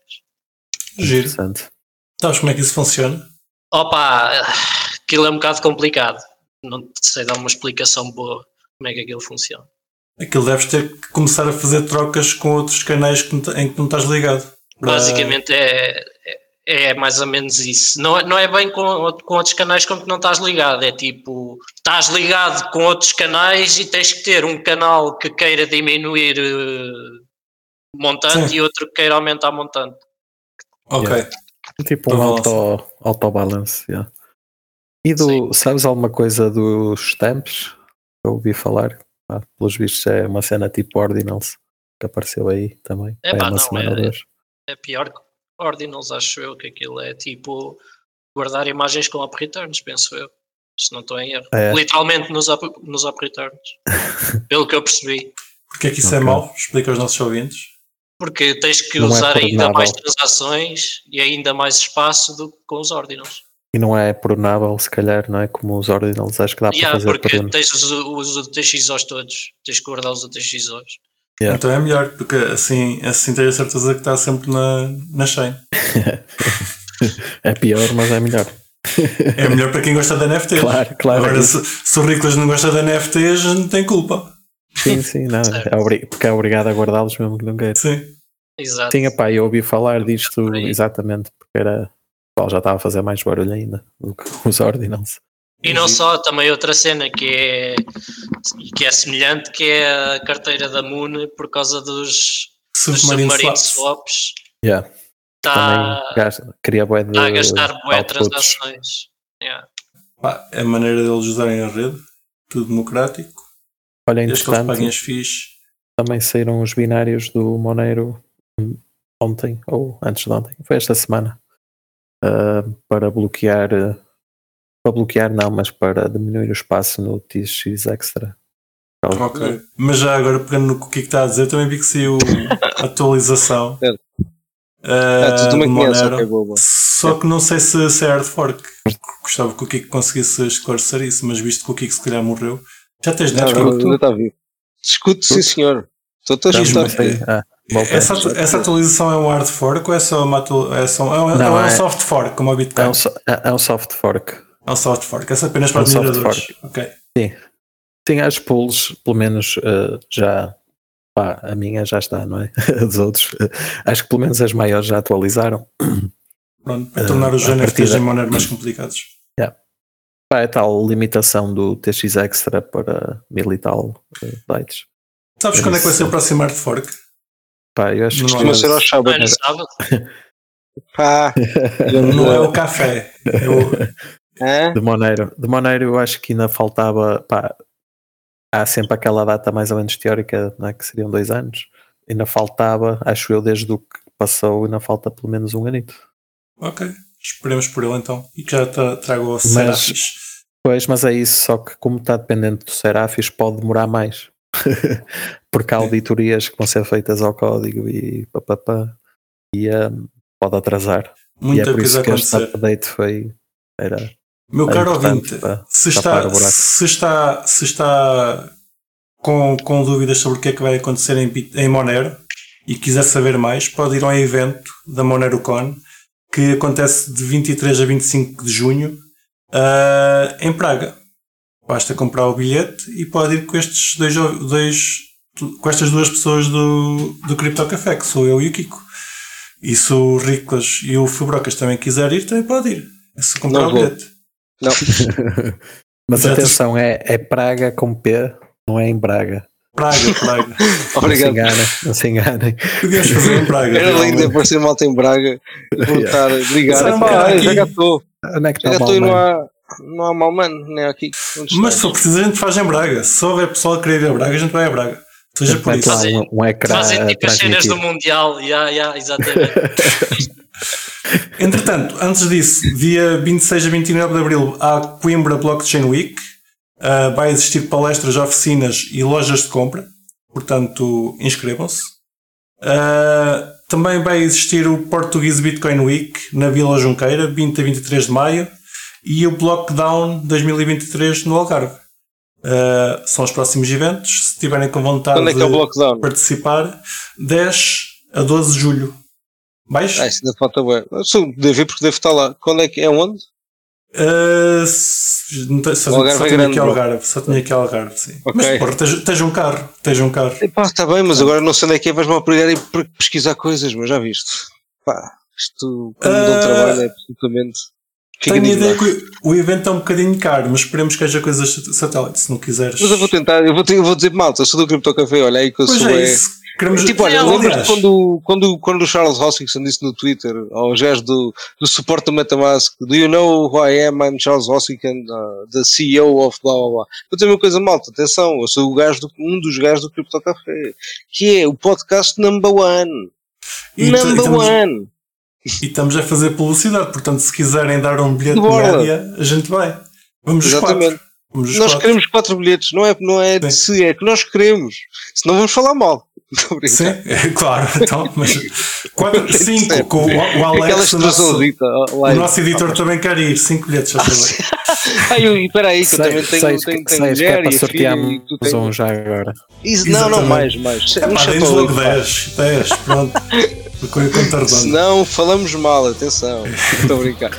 S1: Giro.
S3: Interessante.
S1: Sabes como é que isso funciona?
S4: Opa, aquilo é um bocado complicado. Não sei dar uma explicação boa como é que aquilo funciona.
S1: Aquilo deves ter que começar a fazer trocas com outros canais que não te- em que não estás ligado. Para-
S4: Basicamente é, é, é mais ou menos isso. Não, é- não é bem com, outro- com outros canais com que não estás ligado. É tipo, estás ligado com outros canais e tens que ter um canal que queira diminuir eh, montante
S1: Sim.
S4: e outro que queira aumentar montante.
S1: Ok.
S3: Yeah. Tipo um
S1: Então vá
S3: auto, auto balance. yeah. E do,
S4: Sim.
S3: sabes alguma coisa dos stamps? Eu ouvi falar. Ah, pelos vistos é uma cena tipo Ordinals que apareceu aí também.
S4: É
S3: Vai
S4: pá,
S3: há
S4: não,
S3: uma semana
S4: é-
S3: ou duas.
S4: É pior que Ordinals, acho eu, que aquilo é tipo guardar imagens com up returns, penso eu. Se não estou em erro.
S3: É.
S4: Literalmente nos up, nos up returns. Pelo que eu percebi.
S1: Porque é que isso é
S3: Ok.
S1: mau? Explica aos nossos ouvintes.
S4: Porque tens que
S3: Não é
S4: usar ainda
S3: coordenável.
S4: mais transações e ainda mais espaço do que com os ordinals.
S3: E não é pronável, se calhar, não é? Como os Ordinals, acho que dá
S4: Yeah,
S3: para fazer
S4: porque
S3: pruno.
S4: tens os, os UTXOs todos. Tens que guardar os UTXOs.
S3: Yeah.
S1: Então é melhor, porque assim, assim tenho a certeza que está sempre na, na chain.
S3: É pior, mas é melhor.
S1: É melhor para quem gosta de NFTs.
S3: Claro, claro.
S1: Agora,
S3: é
S1: se, se o Riclas não gosta de NFTs, não tem culpa.
S3: Sim, sim, não.
S4: Certo.
S3: É obri- porque é obrigado a guardá-los mesmo que não queira.
S1: Sim.
S4: Exato.
S3: Sim, é epá, eu ouvi falar
S4: Então,
S3: disto
S4: Sim.
S3: exatamente porque era. o pessoal já estava a fazer mais barulho ainda do que os Ordinals.
S4: E não só, também outra cena que é, que é semelhante, que é a carteira da Moon por causa dos, dos
S1: Submarine
S4: submarine
S1: swaps.
S4: swaps.
S3: Yeah. Também
S4: Está
S3: gasta- cria bué de.
S4: tá a Ah. gastar boé
S3: outputs.
S4: transações. Yeah.
S1: Pá, é a maneira deles usarem a rede. Tudo democrático.
S3: Olha,
S1: Desde que eles paguem
S3: entretanto,
S1: as fees.
S3: também saíram os binários do Monero hum, ontem, ou antes de ontem, foi esta semana, ah, para bloquear. ah, para bloquear, não, mas para diminuir o espaço no TX Extra.
S1: Ok. Mas já agora, pegando no que o Kiko está a dizer, também vi que saiu a atualização.
S2: Certo.
S1: Ah,
S2: Ah, tu também
S1: do
S2: conheces,
S1: Monero.
S2: ok, boa.
S1: Só que não sei se, se é hard fork. Gostava que o Kiko conseguisse esclarecer isso, mas visto que o Kiko se calhar morreu, já tens
S2: Não,
S1: netos
S2: não,
S1: para tu.
S2: ainda está vivo. Discuto, sim senhor. Estou a
S1: Diz-me.
S2: chutar.
S1: Sim.
S3: Ah, bom,
S1: Essa,
S3: pera.
S1: essa atualização é um hard fork ou é só uma atu- é só, é um, é
S3: Não,
S1: um
S3: é-
S1: soft fork, como a Bitcoin?
S3: É um, so- é- é um soft fork.
S1: É um soft fork, essa é apenas para
S3: É um soft
S1: mineradores. Ok.
S3: Sim, as pools, pelo menos eh, já. Pá, a minha já está, não é? A dos outros. eh, acho que pelo menos as maiores já atualizaram.
S1: Pronto, para
S3: Ah,
S1: tornar os
S3: à
S1: NFTs
S3: partida.
S1: em Monero mais complicados.
S3: Pá, é tal limitação do TX Extra para mil e tal eh, bytes.
S1: Sabes
S3: É
S1: quando é que vai
S3: isso.
S1: ser o próximo hard fork?
S3: Pá, eu acho que.
S1: Não
S2: Costuma ser aos
S4: Não é no
S2: sábados.
S4: sábado?
S2: Ah,
S1: Não é o café. É o-
S2: hã?
S3: De Monero. De Monero eu acho que ainda faltava. Pá, há sempre aquela data mais ou menos teórica, não é? que seriam dois anos. Ainda faltava, acho eu, desde o que passou, ainda falta pelo menos um anito.
S1: ok. Esperemos por ele então. E que já tra- trago o Serafis.
S3: Pois, mas é isso, só que como está dependente do Serafis, pode demorar mais. Porque há
S1: Sim.
S3: auditorias que vão ser feitas ao código e papapá. E hum, pode atrasar. e
S1: Muita
S3: é por
S1: coisa a
S3: isso que este
S1: acontecer.
S3: update foi. Era,
S1: Meu
S3: era
S1: caro
S3: importante
S1: ouvinte,
S3: para
S1: se
S3: tapar
S1: está,
S3: o buraco.
S1: se está, se está com, com dúvidas sobre o que é que vai acontecer em, Bit- em Monero e quiser saber mais, pode ir a um evento da MoneroCon que acontece de 23 a 25 de junho ah, em Praga. Basta comprar o bilhete e pode ir com estes dois, dois com estas duas pessoas do, do Crypto Café, que sou eu e o Kiko. E se o Riclas e o Fubrocas também quiser ir, também pode ir. É se comprar
S2: Não
S1: o
S2: vou.
S1: bilhete.
S2: Não,
S3: Mas
S1: Já te-
S3: atenção, é, é Praga com P, não é em Braga.
S1: Praga, Praga.
S2: obrigado.
S3: Não se enganem, não se enganem.
S1: Podíamos fazer em Praga.
S2: Era
S1: realmente. é
S2: lindo aparecer malta em Braga e perguntar, ligar.
S1: Só não
S2: "Ah,
S1: há aqui."
S2: já cá estou.
S3: Onde é que
S2: Já
S3: está
S2: cá
S3: o
S2: estou e não
S3: Balmain?
S2: há, não há mau mano, nem aqui. Onde
S1: Tá Mas se
S2: estás?
S1: for preciso, a gente faz em Braga. Se houver pessoal a querer ir a Braga, a gente vai a Braga.
S2: É,
S1: Seja por
S3: Mete
S1: isso.
S3: lá um, um ecrã
S4: Fazem
S3: a
S4: tipo as cenas do
S3: transmitir.
S4: Mundial, yeah, yeah, exatamente.
S1: Entretanto, antes disso, dia 26 a 29 de Abril há Coimbra Blockchain Week. Ah, vai existir palestras, oficinas e lojas de compra. Portanto, inscrevam-se. Ah, também vai existir o Portuguese Bitcoin Week na Vila Junqueira, 20 a 23 de maio. E o Blockdown 2023 no Algarve. Ah, são os próximos eventos. Se tiverem com vontade
S2: Quando é que é o
S1: de
S2: lockdown?
S1: participar, 10 a 12 de julho. Mais?
S2: Ah, isso ainda falta bem. Assumo, devo ir um porque devo estar lá. Quando é que é onde?
S1: Uh, se- não te- só,
S2: O Algarve
S1: só
S2: é
S1: tinha
S2: grande,
S1: aqui
S2: bro.
S1: Algarve, só tinha aqui Algarve, sim.
S2: Ok. É
S1: Mas porra, tens, tens um carro, tens um carro.
S2: Epá, está bem, mas agora não sei onde é que é, vais-me obrigar a ir per- pesquisar coisas, mas já viste. Pá, isto quando me dão
S1: Ah,
S2: trabalho é absolutamente. Fica
S1: Tenho a
S2: indignado.
S1: ideia que o evento é um bocadinho caro, mas esperemos que haja coisas sat- satélite, se não quiseres.
S2: Mas eu vou tentar, eu vou, te- eu vou dizer malta, eu sou do Crypto Café, olha aí que eu
S1: Pois
S2: sou.
S1: é
S2: é-
S1: isso. Queremos...
S2: Tipo, olha,
S4: É,
S2: lembras-te
S1: aliás,
S2: quando, quando, quando o Charles Hoskinson disse no Twitter aos gajos do, do suporte do Metamask: Do you know who I am? I'm Charles Hoskinson, uh, the CEO of blá blá blá. Eu tenho uma coisa malta, atenção, eu sou o gajo do- um dos gajos do Crypto Café, que é o podcast number one.
S1: E t- e
S2: number
S1: estamos-
S2: one!
S1: E estamos a fazer publicidade, portanto, se quiserem dar um bilhete de
S2: Bora.
S1: média, a gente vai. Vamos os
S2: Exatamente.
S1: quatro. Vamos os
S2: Nós
S1: quatro.
S2: queremos quatro bilhetes, não é, não é de se, é que nós queremos. Senão vamos falar mal. Estou a
S1: Sim,
S2: brincar.
S1: é claro. Então, mas quatro,
S2: de
S1: cinco,
S2: ser.
S1: com o, o
S2: Aquela
S1: Alex, o nosso,
S2: expressãozita lá
S1: o
S2: em-
S1: nosso editor também quer ir. Cinco bilhetes, já sabem.
S2: Ah, eu, e peraí, que eu
S3: Sei-
S2: também tenho,
S3: sei-
S2: tenho, tenho
S3: sei que é
S2: mulher
S3: para
S2: e filho e tu
S3: sortearmos
S2: tens...
S3: um já agora.
S2: Isso, não, não,
S1: Exatamente.
S2: mais, mais.
S1: É
S2: Um
S1: pá,
S2: chapéu
S1: tens logo
S2: aí, pá.
S1: 10, 10, pronto. Ficou conta redonda.
S2: Senão falamos mal, atenção. Estou a brincar.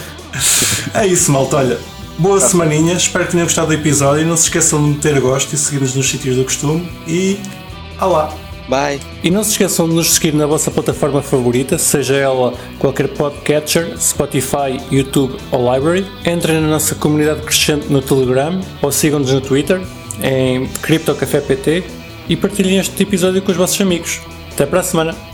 S1: É isso, malta, olha. Boa semaninha, espero que tenham gostado do episódio. Não se esqueçam de meter gosto e seguir-nos nos sítios do costume. E. Alá!
S2: Bye.
S1: E não se esqueçam de nos seguir na vossa plataforma favorita, seja ela qualquer podcatcher, Spotify, YouTube ou Library. Entrem na nossa comunidade crescente no Telegram ou sigam-nos no Twitter, em CryptoCafépt e partilhem este episódio com os vossos amigos. Até para a semana!